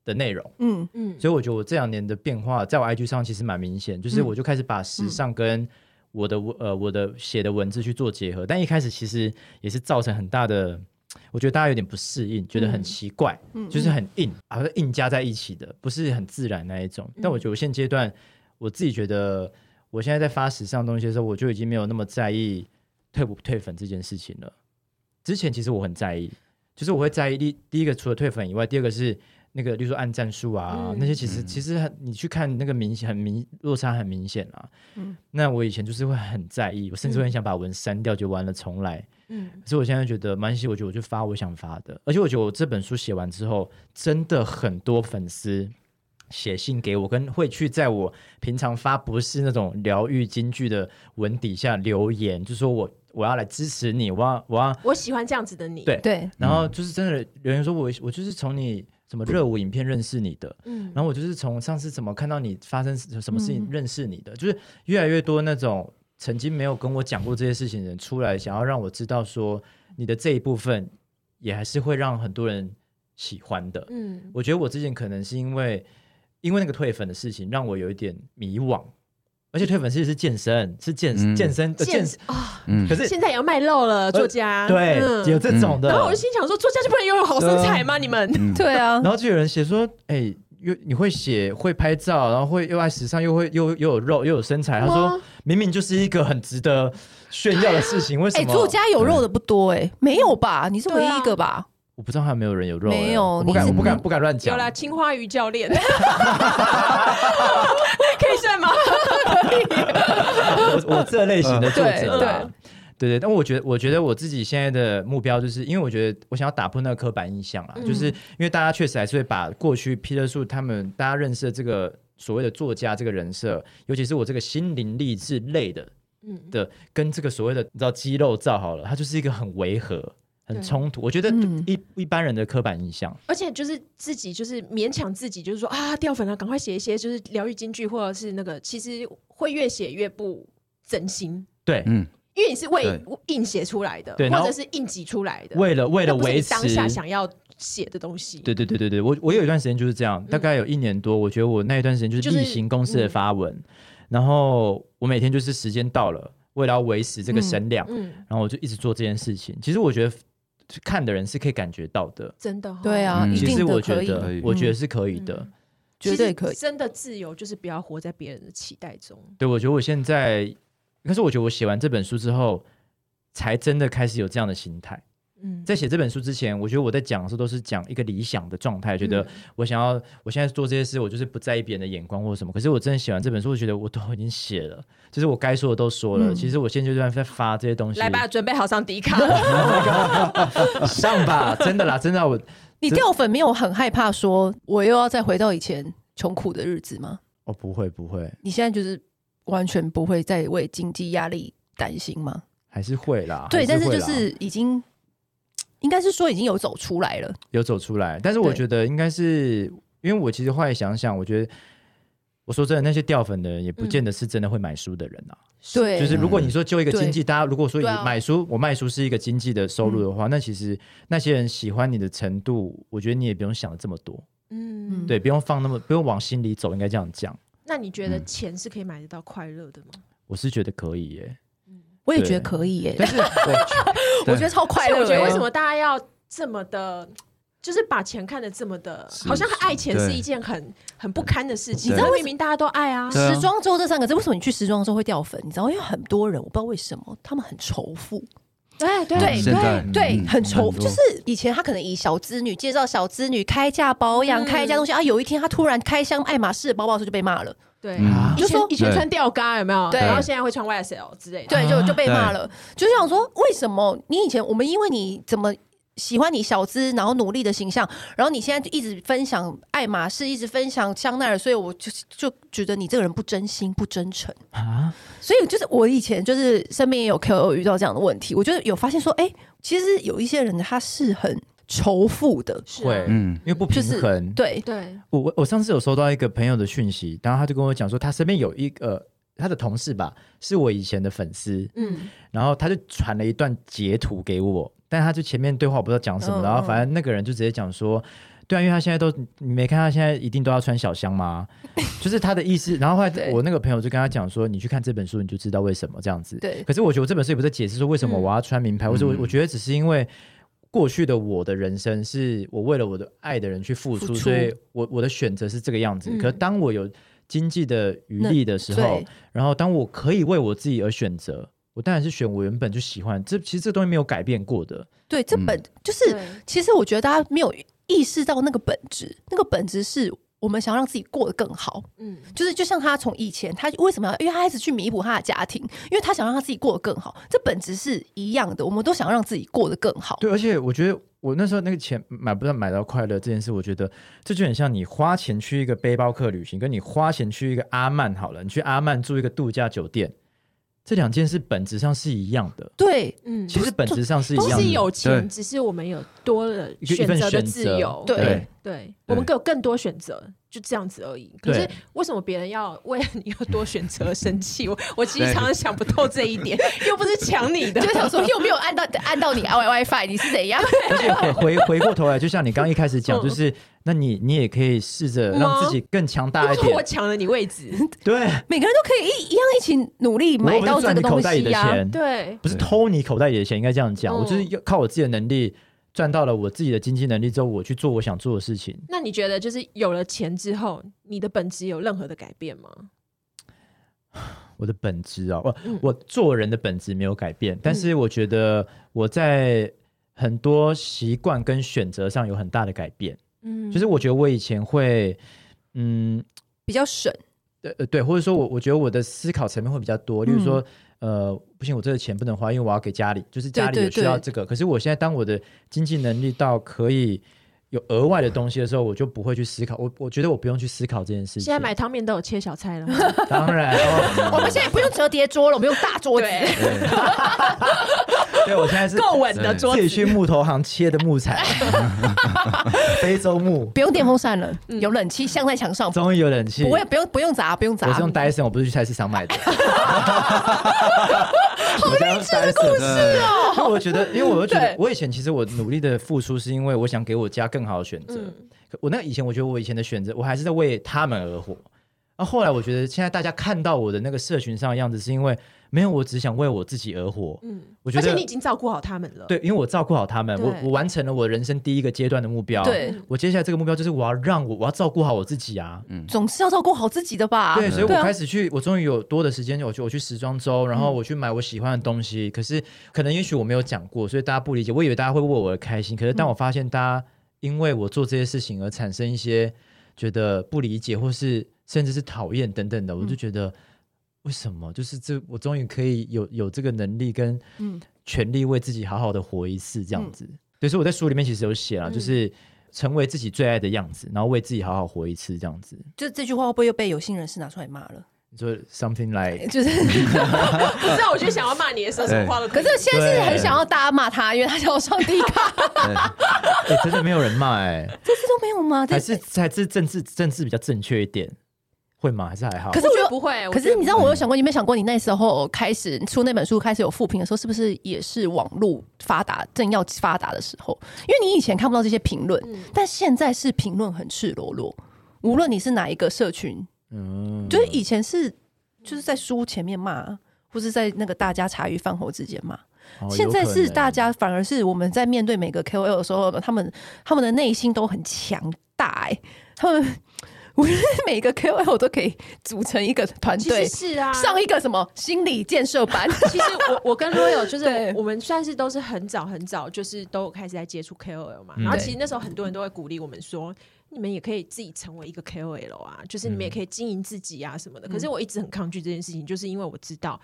[SPEAKER 4] 的内容。
[SPEAKER 3] 嗯，
[SPEAKER 2] 嗯，
[SPEAKER 4] 所以我觉得我这两年的变化，在我 IG 上其实蛮明显，就是我就开始把时尚跟我的、呃我的写的文字去做结合，但一开始其实也是造成很大的，我觉得大家有点不适应，觉得很奇怪，就是很硬，好像硬加在一起的，不是很自然那一种。但我觉得我现阶段我自己觉得，我现在在发时尚东西的时候，我就已经没有那么在意退不退粉这件事情了。之前其实我很在意，就是我会在意第第一个除了退粉以外，第二个是那个，例如说按战术啊、
[SPEAKER 2] 嗯
[SPEAKER 4] 那些，其实、其实很你去看那个明显很明落差很明显啊。那我以前就是会很在意，我甚至会很想把文删掉，就完了重来。
[SPEAKER 2] 嗯
[SPEAKER 4] 可是我现在觉得蛮系，我觉得我就发我想发的，而且我觉得我这本书写完之后，真的很多粉丝写信给我，跟会去在我平常发不是那种疗愈金句的文底下留言，就说我我要来支持你，我要我要
[SPEAKER 2] 我喜欢这样子的你。
[SPEAKER 4] 对
[SPEAKER 3] 对，
[SPEAKER 4] 然后就是真的有人说我我就是从你什么热舞影片认识你的，
[SPEAKER 2] 嗯，
[SPEAKER 4] 然后我就是从上次怎么看到你发生什么事情认识你的，就是越来越多那种曾经没有跟我讲过这些事情的人出来，想要让我知道说你的这一部分也还是会让很多人喜欢的。
[SPEAKER 2] 嗯
[SPEAKER 4] 我觉得我之前可能是因为因为那个退粉的事情，让我有一点迷惘。而且退粉其实是健身，是健、
[SPEAKER 5] 嗯
[SPEAKER 4] 健身，呃
[SPEAKER 2] 健
[SPEAKER 4] 健身，
[SPEAKER 2] 啊，
[SPEAKER 5] 嗯
[SPEAKER 4] 可，是
[SPEAKER 2] 现在也要卖肉了，作家。
[SPEAKER 4] 呃对、
[SPEAKER 2] 嗯
[SPEAKER 4] 有这种的。呃
[SPEAKER 2] 然后我就心想说，作家就不能拥有好身材吗？你们？
[SPEAKER 3] 对啊，
[SPEAKER 4] 然后就有人写说，哎、又你会写会拍照，然后会又爱时尚，又会又又有肉又有身材。他说明明就是一个很值得炫耀的事情，为什
[SPEAKER 3] 哎，
[SPEAKER 4] 么？
[SPEAKER 3] 作家有肉的不多哎，没有吧？你是唯一一个吧？
[SPEAKER 4] 我不知道还有没有人有肉、
[SPEAKER 3] 没
[SPEAKER 4] 哎
[SPEAKER 3] 有
[SPEAKER 4] 我不敢，
[SPEAKER 3] 你
[SPEAKER 4] 我
[SPEAKER 3] 是
[SPEAKER 4] 不敢，不敢乱
[SPEAKER 2] 有
[SPEAKER 4] 讲。
[SPEAKER 2] 啦，青花鱼教 <laughs> 练，可以算吗？
[SPEAKER 4] 我我这类型的
[SPEAKER 3] <laughs>
[SPEAKER 4] 作
[SPEAKER 3] 对
[SPEAKER 4] 者啦。对对，但我觉得，我觉得我自己现在的目标，就是因为我觉得我想要打破那个刻板印象
[SPEAKER 3] 嗯
[SPEAKER 4] 啦，就是因为大家确实还是会把过去 Peter 树他们大家认识的这个所谓的作家这个人设，尤其是我这个心灵励志类的
[SPEAKER 2] 嗯，
[SPEAKER 4] 的跟这个所谓的你知道肌肉照好了，它就是一个很违和、很
[SPEAKER 2] 对
[SPEAKER 4] 冲突。我觉得
[SPEAKER 3] 嗯
[SPEAKER 4] 一、一般人的刻板印象，
[SPEAKER 2] 而且就是自己就是勉强自己，就是说啊掉粉了，赶快写一些就是疗愈金句，或者是那个，其实会越写越不真心，
[SPEAKER 4] 对，
[SPEAKER 5] 嗯，
[SPEAKER 2] 因为你是为
[SPEAKER 5] 对
[SPEAKER 2] 硬写出来的，
[SPEAKER 4] 对然
[SPEAKER 2] 或
[SPEAKER 4] 后
[SPEAKER 2] 者是硬挤出来的，
[SPEAKER 4] 为了为了
[SPEAKER 2] 那不是你
[SPEAKER 4] 维持
[SPEAKER 2] 当下想要写的东西。
[SPEAKER 4] 对对对对对，我我有一段时间就是这样，大概有一年多，我觉得我那一段时间就是
[SPEAKER 2] 嗯就是嗯
[SPEAKER 4] 例行公事的发文，然后我每天就是时间到了，为了要维持这个声量，
[SPEAKER 2] 嗯，
[SPEAKER 4] 然后我就一直做这件事情。其实我觉得看的人是可以感觉到的，
[SPEAKER 2] 真的、哦，嗯
[SPEAKER 3] 对啊，
[SPEAKER 5] 嗯
[SPEAKER 3] 一
[SPEAKER 4] 其
[SPEAKER 3] 定
[SPEAKER 4] 实我
[SPEAKER 3] 的
[SPEAKER 4] 觉
[SPEAKER 3] 可以，
[SPEAKER 4] 得
[SPEAKER 5] 以
[SPEAKER 4] 我觉得是可以的。
[SPEAKER 3] 绝对可以
[SPEAKER 2] 其实。真的自由就是不要活在别人的期待中。
[SPEAKER 4] 对，我觉得我现在，但是我觉得我写完这本书之后，才真的开始有这样的心态。
[SPEAKER 2] 嗯，
[SPEAKER 4] 在写这本书之前，我觉得我在讲的时候都是讲一个理想的状态，觉得
[SPEAKER 2] 嗯
[SPEAKER 4] 我想要我现在做这些事，我就是不在意别人的眼光或什么。可是我真的写完这本书，我觉得我都已经写了，就是我该说的都说了。其实我现阶段在发这些东西，
[SPEAKER 2] 来吧，，准备好上迪卡。
[SPEAKER 4] 上吧，真的啦，真的啊我
[SPEAKER 3] 你掉粉没有很害怕说，我又要再回到以前穷苦的日子吗？
[SPEAKER 4] <laughs> 哦不会不会，
[SPEAKER 3] 你现在就是完全不会再为经济压力担心吗？
[SPEAKER 4] 还是会啦。
[SPEAKER 3] 对，
[SPEAKER 4] 还
[SPEAKER 3] 但是
[SPEAKER 4] 会
[SPEAKER 3] 就
[SPEAKER 4] 啦
[SPEAKER 3] 是已经，应该是说已经有走出来了。
[SPEAKER 4] 有走出来，但是我
[SPEAKER 3] 对
[SPEAKER 4] 觉得应该是因为我其实后来想想，我觉得。我说真的，那些掉粉的人也不见得是真的会买书的人啊。
[SPEAKER 3] 嗯对，
[SPEAKER 4] 就是如果你说就一个经济，大家如果说以
[SPEAKER 3] 对啊嗯
[SPEAKER 4] 买书，我卖书是一个经济的收入的话，那其实那些人喜欢你的程度，我觉得你也不用想的这么多，
[SPEAKER 2] 嗯，
[SPEAKER 4] 对，不用放那么不用往心里走，应该这样讲。
[SPEAKER 2] 那你觉得
[SPEAKER 5] 嗯
[SPEAKER 2] 钱是可以买得到快乐的吗？
[SPEAKER 4] 我是觉得可以耶，
[SPEAKER 3] 我也
[SPEAKER 4] 对
[SPEAKER 3] 觉得可以耶，
[SPEAKER 4] 但是
[SPEAKER 3] <laughs>
[SPEAKER 4] 我
[SPEAKER 3] 我觉得超快
[SPEAKER 2] 而且
[SPEAKER 3] 乐耶。欸
[SPEAKER 2] 我觉得为什么大家要这么的，就是把钱看得这么的，
[SPEAKER 5] 是
[SPEAKER 2] 好像爱钱
[SPEAKER 5] 是
[SPEAKER 2] 是一件很很不堪的事情。
[SPEAKER 5] 你知道
[SPEAKER 2] 明明大家都爱啊，
[SPEAKER 5] 对啊
[SPEAKER 3] 时装周这三个字，为什么你去时装周会掉粉？你知道，因为很多人我不知道为什么他们很仇富，
[SPEAKER 2] 对对
[SPEAKER 3] 对
[SPEAKER 5] 现在
[SPEAKER 3] 对，
[SPEAKER 5] 嗯
[SPEAKER 3] 很仇，
[SPEAKER 5] 很多
[SPEAKER 3] 就是以前他可能以小资女介绍小资女开价保
[SPEAKER 2] 嗯
[SPEAKER 3] 养、开价东西啊，有一天他突然开箱爱马仕的包包的时候就被骂了，
[SPEAKER 2] 对
[SPEAKER 5] 嗯
[SPEAKER 2] 以
[SPEAKER 3] 就
[SPEAKER 2] 前
[SPEAKER 3] 说
[SPEAKER 2] 以前
[SPEAKER 5] 对
[SPEAKER 2] 穿吊嘎有没有？
[SPEAKER 3] 对
[SPEAKER 2] 然后现在会穿 YSL 之类的。
[SPEAKER 3] 对，就就被骂
[SPEAKER 5] 对
[SPEAKER 3] 了，就想说为什么你以前我们因为你怎么？喜欢你小资，然后努力的形象，然后你现在就一直分享爱马仕，一直分享香奈儿，所以我就就觉得你这个人不真心、不真诚。
[SPEAKER 4] 啊，
[SPEAKER 3] 所以就是我以前就是身边也有 KOL 遇到这样的问题，我就有发现说，哎、其实有一些人他是很仇富的，
[SPEAKER 2] 是啊
[SPEAKER 4] 会，
[SPEAKER 5] 嗯
[SPEAKER 4] 因为不
[SPEAKER 3] 就
[SPEAKER 4] 平
[SPEAKER 3] 是
[SPEAKER 4] 衡。
[SPEAKER 3] 对，
[SPEAKER 2] 对，
[SPEAKER 4] 我我我上次有收到一个朋友的讯息，然后他就跟我讲说，他身边有一个、呃他的同事吧，是我以前的粉丝，
[SPEAKER 2] 嗯，
[SPEAKER 4] 然后他就传了一段截图给我，但他就前面对话我不知道讲什么，
[SPEAKER 3] 嗯
[SPEAKER 4] 然后反正那个人就直接讲说，对啊，因为他现在都你没看他现在一定都要穿小
[SPEAKER 3] <laughs>
[SPEAKER 4] 香吗？就是他的意思。然后后来
[SPEAKER 3] 对
[SPEAKER 4] 我那个朋友就跟他讲说，你去看这本书你就知道为什么这样子。
[SPEAKER 3] 对
[SPEAKER 4] 可是我觉得我这本书也不在解释说为什么我要穿名牌，或者我
[SPEAKER 5] 嗯
[SPEAKER 4] 我觉得只是因为。过去的我的人生是我为了我的爱的人去付出，
[SPEAKER 3] 付出
[SPEAKER 4] 所以我我的选择是这个样子。
[SPEAKER 2] 嗯
[SPEAKER 4] 可当我有经济的余力的时候
[SPEAKER 3] 对，
[SPEAKER 4] 然后当我可以为我自己而选择，我当然是选我原本就喜欢。这其实这东西没有改变过的，
[SPEAKER 3] 对，这
[SPEAKER 1] 嗯
[SPEAKER 3] 本、
[SPEAKER 4] 嗯
[SPEAKER 3] 就是
[SPEAKER 2] 对，
[SPEAKER 3] 其实我觉得大家没有意识到那个本质，那个本质是我们想要让自己过得更好。
[SPEAKER 2] 嗯，
[SPEAKER 3] 就是就像他从以前，他为什么要？因为他一直去弥补他的家庭，因为他想让他自己过得更好。这本质是一样的，我们都想让自己过得更好。
[SPEAKER 4] 对。而且我觉得我那时候那个钱买不到买到快乐这件事，我觉得这就很像你花钱去一个背包客旅行，跟你花钱去一个阿曼好了，你去阿曼住一个度假酒店，这两件事本质上是一样的。
[SPEAKER 3] 对
[SPEAKER 2] 嗯，
[SPEAKER 4] 其实本质上是一
[SPEAKER 2] 都
[SPEAKER 4] 样的，
[SPEAKER 2] 是有钱，
[SPEAKER 5] 对
[SPEAKER 2] 只是我们有多了
[SPEAKER 4] 一个一
[SPEAKER 2] 选
[SPEAKER 4] 份
[SPEAKER 2] 择的
[SPEAKER 4] 选
[SPEAKER 2] 自
[SPEAKER 4] 择
[SPEAKER 2] 由。
[SPEAKER 3] 对
[SPEAKER 4] 对
[SPEAKER 2] 对，我们更有更多选择，就这样子而已。可是
[SPEAKER 4] 对
[SPEAKER 2] 为什么别人要为了你有多选择而生气？我我其实
[SPEAKER 5] 对
[SPEAKER 2] 常常想不透这一点，又不是抢你的，
[SPEAKER 3] 就想说又没有按到按到你啊 Y WiFi，你是怎样？
[SPEAKER 4] 而且回回回过头来，就像你刚刚一开始
[SPEAKER 2] <laughs>
[SPEAKER 4] 讲，
[SPEAKER 2] 嗯
[SPEAKER 4] 就是那你你也可以试着让自己更强
[SPEAKER 2] 因
[SPEAKER 4] 大一
[SPEAKER 2] 为我
[SPEAKER 4] 点，
[SPEAKER 2] 抢了你位置。
[SPEAKER 4] <laughs> 对，
[SPEAKER 3] 每个人都可以一一样一起努力
[SPEAKER 4] 我
[SPEAKER 3] 买
[SPEAKER 4] 又不
[SPEAKER 3] 到
[SPEAKER 4] 是
[SPEAKER 3] 这
[SPEAKER 4] 赚
[SPEAKER 3] 个
[SPEAKER 4] 你
[SPEAKER 3] 东
[SPEAKER 4] 口袋里
[SPEAKER 3] 西
[SPEAKER 4] 的
[SPEAKER 3] 呀、
[SPEAKER 4] 钱，
[SPEAKER 2] 啊对，
[SPEAKER 4] 不是偷你口袋里的钱，应该这样讲，
[SPEAKER 2] 嗯
[SPEAKER 4] 我就是要靠我自己的能力赚到了我自己的经济能力之后，我去做我想做的事情。
[SPEAKER 2] 那你觉得就是有了钱之后，你的本质有任何的改变吗？
[SPEAKER 4] 我的本质啊，我、
[SPEAKER 2] 嗯
[SPEAKER 4] 我做人的本质没有改变，但是我觉得我在很多习惯跟选择上有很大的改变，
[SPEAKER 2] 嗯，
[SPEAKER 4] 就是我觉得我以前会，嗯，
[SPEAKER 3] 比较省。
[SPEAKER 4] 对呃对，或者说我我觉得我的思考层面会比较
[SPEAKER 2] 嗯
[SPEAKER 4] 多，例如说、呃不行，我这个钱不能花，因为我要给家里，就是家里
[SPEAKER 3] 对对
[SPEAKER 4] 有需要
[SPEAKER 3] 对
[SPEAKER 4] 这个。可是我现在当我的经济能力到可以有额外的东西的时候，我就不会去思考，我我觉得我不用去思考这件事情。
[SPEAKER 2] 现在买汤面都有切小菜了
[SPEAKER 3] <laughs>
[SPEAKER 2] 吗，
[SPEAKER 4] 当然，
[SPEAKER 3] 我
[SPEAKER 4] 哦
[SPEAKER 3] 们现在不用折叠桌了，我们用大桌子。
[SPEAKER 2] 对，
[SPEAKER 3] <laughs>
[SPEAKER 4] 对我现
[SPEAKER 2] <laughs>
[SPEAKER 4] 在是
[SPEAKER 2] 够稳的桌
[SPEAKER 4] 自己
[SPEAKER 2] 子。
[SPEAKER 4] 去木头行切的
[SPEAKER 2] <laughs>
[SPEAKER 4] 木材，非洲木，
[SPEAKER 3] 不用电风扇了，有冷气镶在墙上，
[SPEAKER 4] 终于有冷气。
[SPEAKER 3] 不会不用不用砸，不用砸。
[SPEAKER 4] 我是用 Dyson，我不是去菜市场
[SPEAKER 2] <laughs>
[SPEAKER 4] 买的。
[SPEAKER 2] 哦
[SPEAKER 4] 好励志的故事哦！因为我觉得，因为我就觉得
[SPEAKER 3] 对，
[SPEAKER 4] 我以前其实我努力的付出，是因为我想给我家更好的选择。
[SPEAKER 2] 嗯
[SPEAKER 4] 可我那以前我觉得我以前的选择，我还是在为他们而活。那、后来我觉得，现在大家看到我的那个社群上的样子，是因为没有我只想为我自己而活。
[SPEAKER 2] 嗯，
[SPEAKER 4] 我觉
[SPEAKER 2] 而
[SPEAKER 4] 得
[SPEAKER 2] 且你已经照顾好他们了。
[SPEAKER 4] 对，因为我照顾好他们，我
[SPEAKER 2] 对
[SPEAKER 4] 我完成了我人生第一个阶段的目标。
[SPEAKER 3] 对，
[SPEAKER 4] 我接下来这个目标就是我要让我我要照顾好我自己啊。
[SPEAKER 3] 总是要照顾好自己的吧？
[SPEAKER 4] 对，所以
[SPEAKER 3] 对
[SPEAKER 4] 我
[SPEAKER 3] 啊嗯
[SPEAKER 4] 开始去，我终于有多的时间，我去我去时装周，然后我去买我喜欢的东西。可是可能也许我没有讲过，所以大家不理解。我以为大家会为我而开
[SPEAKER 3] 嗯
[SPEAKER 4] 心，可是当我发现大家因为我做这些事情而产生一些觉得不理解，或是甚至是讨厌等等的，
[SPEAKER 3] 嗯
[SPEAKER 4] 我就觉得为什么？就是这，我终于可以有有这个能力跟
[SPEAKER 3] 嗯
[SPEAKER 4] 权利为自己好好的活一次，这样子。对，所以我在书里面其实有写
[SPEAKER 3] 嗯
[SPEAKER 4] 了，就是成为自己最爱的样子，然后为自己好好活一次，这样子。
[SPEAKER 3] 就这句话会不会又被有心人士拿出来骂了？ <laughs>
[SPEAKER 4] 你说 something like
[SPEAKER 3] 就
[SPEAKER 2] <laughs>
[SPEAKER 3] 是，
[SPEAKER 4] <laughs>
[SPEAKER 2] 不知道我就想要骂你的时候什么话都
[SPEAKER 3] 可
[SPEAKER 2] 可以。
[SPEAKER 3] 是现在是很想要大家骂他，因为他想要上帝卡，
[SPEAKER 4] 欸，真的没有人骂哎、
[SPEAKER 3] 啊这次都没有 <laughs> 吗？
[SPEAKER 4] 还
[SPEAKER 3] 这
[SPEAKER 4] 是还是政治政治比较正确一点，会吗？还是还好？
[SPEAKER 3] 可是
[SPEAKER 2] 我
[SPEAKER 3] 我
[SPEAKER 2] 觉得
[SPEAKER 3] 觉得
[SPEAKER 2] 不会，
[SPEAKER 3] 可
[SPEAKER 2] 我觉
[SPEAKER 3] 是
[SPEAKER 2] 得
[SPEAKER 3] 你知道，我有想过，你有没有想过，你那时候开始出那本书开始有复评的时候，是不是也是网络发达、正要发达的时候？因为你以前看不到这些评论，但现在是评论很赤裸裸，无论你是哪一个社群，
[SPEAKER 4] 嗯，
[SPEAKER 3] 就是以前是就是在书前面骂，或是在那个大家茶余饭后之间骂，
[SPEAKER 4] 哦
[SPEAKER 3] 现在是大。
[SPEAKER 4] 有可能
[SPEAKER 3] 家反而是我们在面对每个 KOL 的时候，他们他们的内心都很强大、哎，他们我觉得每个 KOL 都可以组成一个团
[SPEAKER 2] 其
[SPEAKER 3] 队
[SPEAKER 2] 实。是啊，
[SPEAKER 3] 上一个什么心理建设
[SPEAKER 2] <laughs>
[SPEAKER 3] 班，
[SPEAKER 2] 其实
[SPEAKER 3] <laughs>
[SPEAKER 2] 我我跟 Royal 就是
[SPEAKER 3] 对
[SPEAKER 2] 我们算是都是很早很早，就是都有开始在接触 KOL 嘛。
[SPEAKER 4] 嗯
[SPEAKER 2] 然后其实那时候很多人都会鼓励我们说，你们也可以自己成为一个 KOL 啊，就是
[SPEAKER 3] 嗯
[SPEAKER 2] 你们也可以经营自己啊什么的。可是我一直很抗拒这件事情，就是因为我知道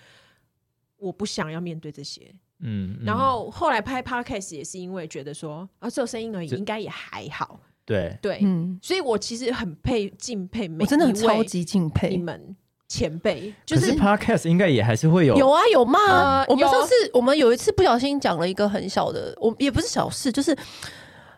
[SPEAKER 2] 我不想要面对这些。
[SPEAKER 4] 嗯，嗯
[SPEAKER 2] 然后后来拍 podcast 也是因为觉得说啊，做声音而已，
[SPEAKER 4] 这
[SPEAKER 2] 应该也还好。
[SPEAKER 4] 对，
[SPEAKER 2] 对，
[SPEAKER 3] 嗯，
[SPEAKER 2] 所以我其实很佩敬佩每
[SPEAKER 3] 我真的很
[SPEAKER 2] 一位
[SPEAKER 3] 超级敬
[SPEAKER 2] 你
[SPEAKER 3] 佩。
[SPEAKER 2] 们前辈，就
[SPEAKER 4] 可
[SPEAKER 2] 是
[SPEAKER 4] 是 podcast 应该也还是会有
[SPEAKER 3] 有啊有骂啊
[SPEAKER 2] 呃！
[SPEAKER 3] 我们
[SPEAKER 2] 有
[SPEAKER 3] 上次我们有一次不小心讲了一个很小的，我也不是小事，就是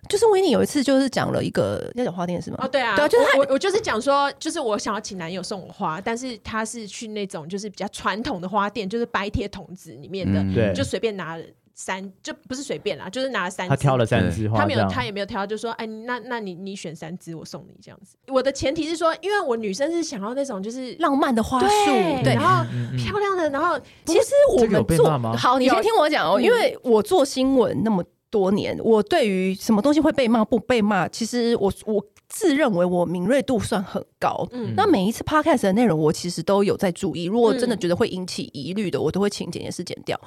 [SPEAKER 3] 就是维尼有一次就是讲了一个要讲花店是吗？
[SPEAKER 2] 哦，对啊，
[SPEAKER 3] 对啊，就是
[SPEAKER 2] 我
[SPEAKER 3] 他
[SPEAKER 2] 我我就是讲说，就是我想要请男友送我花，但是他是去那种就是比较传统的花店，就是白铁筒子里面的，
[SPEAKER 5] 嗯
[SPEAKER 4] 对
[SPEAKER 2] 就随便拿了三，就不是随便啦，就是拿了三支。
[SPEAKER 4] 他挑了三枝花，
[SPEAKER 2] 他没有，
[SPEAKER 4] 这样
[SPEAKER 2] 他也没有挑，就说，哎，那那你你选三支，我送你这样子。我的前提是说，因为我女生是想要那种就是
[SPEAKER 3] 浪漫的花束，
[SPEAKER 2] 对，
[SPEAKER 3] 对
[SPEAKER 2] 然，后
[SPEAKER 4] 嗯嗯
[SPEAKER 2] 漂亮的，然后
[SPEAKER 3] 其实我
[SPEAKER 4] 这个有
[SPEAKER 3] 们
[SPEAKER 4] 被
[SPEAKER 3] 做
[SPEAKER 4] 骂吗
[SPEAKER 3] 好，你先
[SPEAKER 2] 有
[SPEAKER 3] 听我讲哦，
[SPEAKER 2] 嗯
[SPEAKER 3] 因为我做新闻那么多年，我对于什么东西会被骂不被骂，其实我我自认为我敏锐度算很高。
[SPEAKER 2] 嗯
[SPEAKER 3] 那每一次 podcast 的内容，我其实都有在注意。如果真的觉得会引起疑虑的，我都会请剪接师剪掉。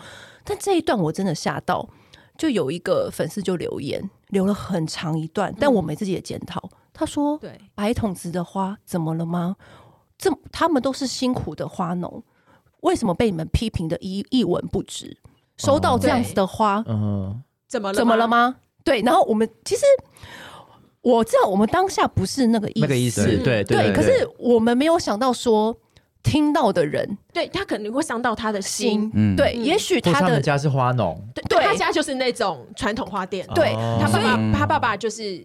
[SPEAKER 3] 但这一段我真的吓到，就有一个粉丝就留言，留了很长一段，但我们自己也检讨。他说：“
[SPEAKER 2] 对，
[SPEAKER 3] 白筒子的花怎么了吗？这他们都是辛苦的花农，为什么被你们批评的一一文不值？收到这样子的花，
[SPEAKER 4] 嗯，
[SPEAKER 2] 怎么了？
[SPEAKER 3] 怎么了？吗？对，然后我们其实我知道我们当下不是那个意思，
[SPEAKER 4] 那个意思，
[SPEAKER 2] 嗯
[SPEAKER 3] 对
[SPEAKER 4] 对对。
[SPEAKER 3] 可是我们没有想到说听到的人
[SPEAKER 2] 对他可能会伤到他的心
[SPEAKER 3] 心，，
[SPEAKER 5] 嗯
[SPEAKER 3] 对，
[SPEAKER 2] 嗯
[SPEAKER 3] 也许
[SPEAKER 4] 或是
[SPEAKER 3] 他
[SPEAKER 4] 他
[SPEAKER 3] 的
[SPEAKER 4] 们家是花农，
[SPEAKER 2] 对，
[SPEAKER 3] 对
[SPEAKER 2] 他家就是那种传统花店，
[SPEAKER 3] 对
[SPEAKER 4] 哦
[SPEAKER 2] 他爸
[SPEAKER 3] 所
[SPEAKER 2] 爸，他爸爸就是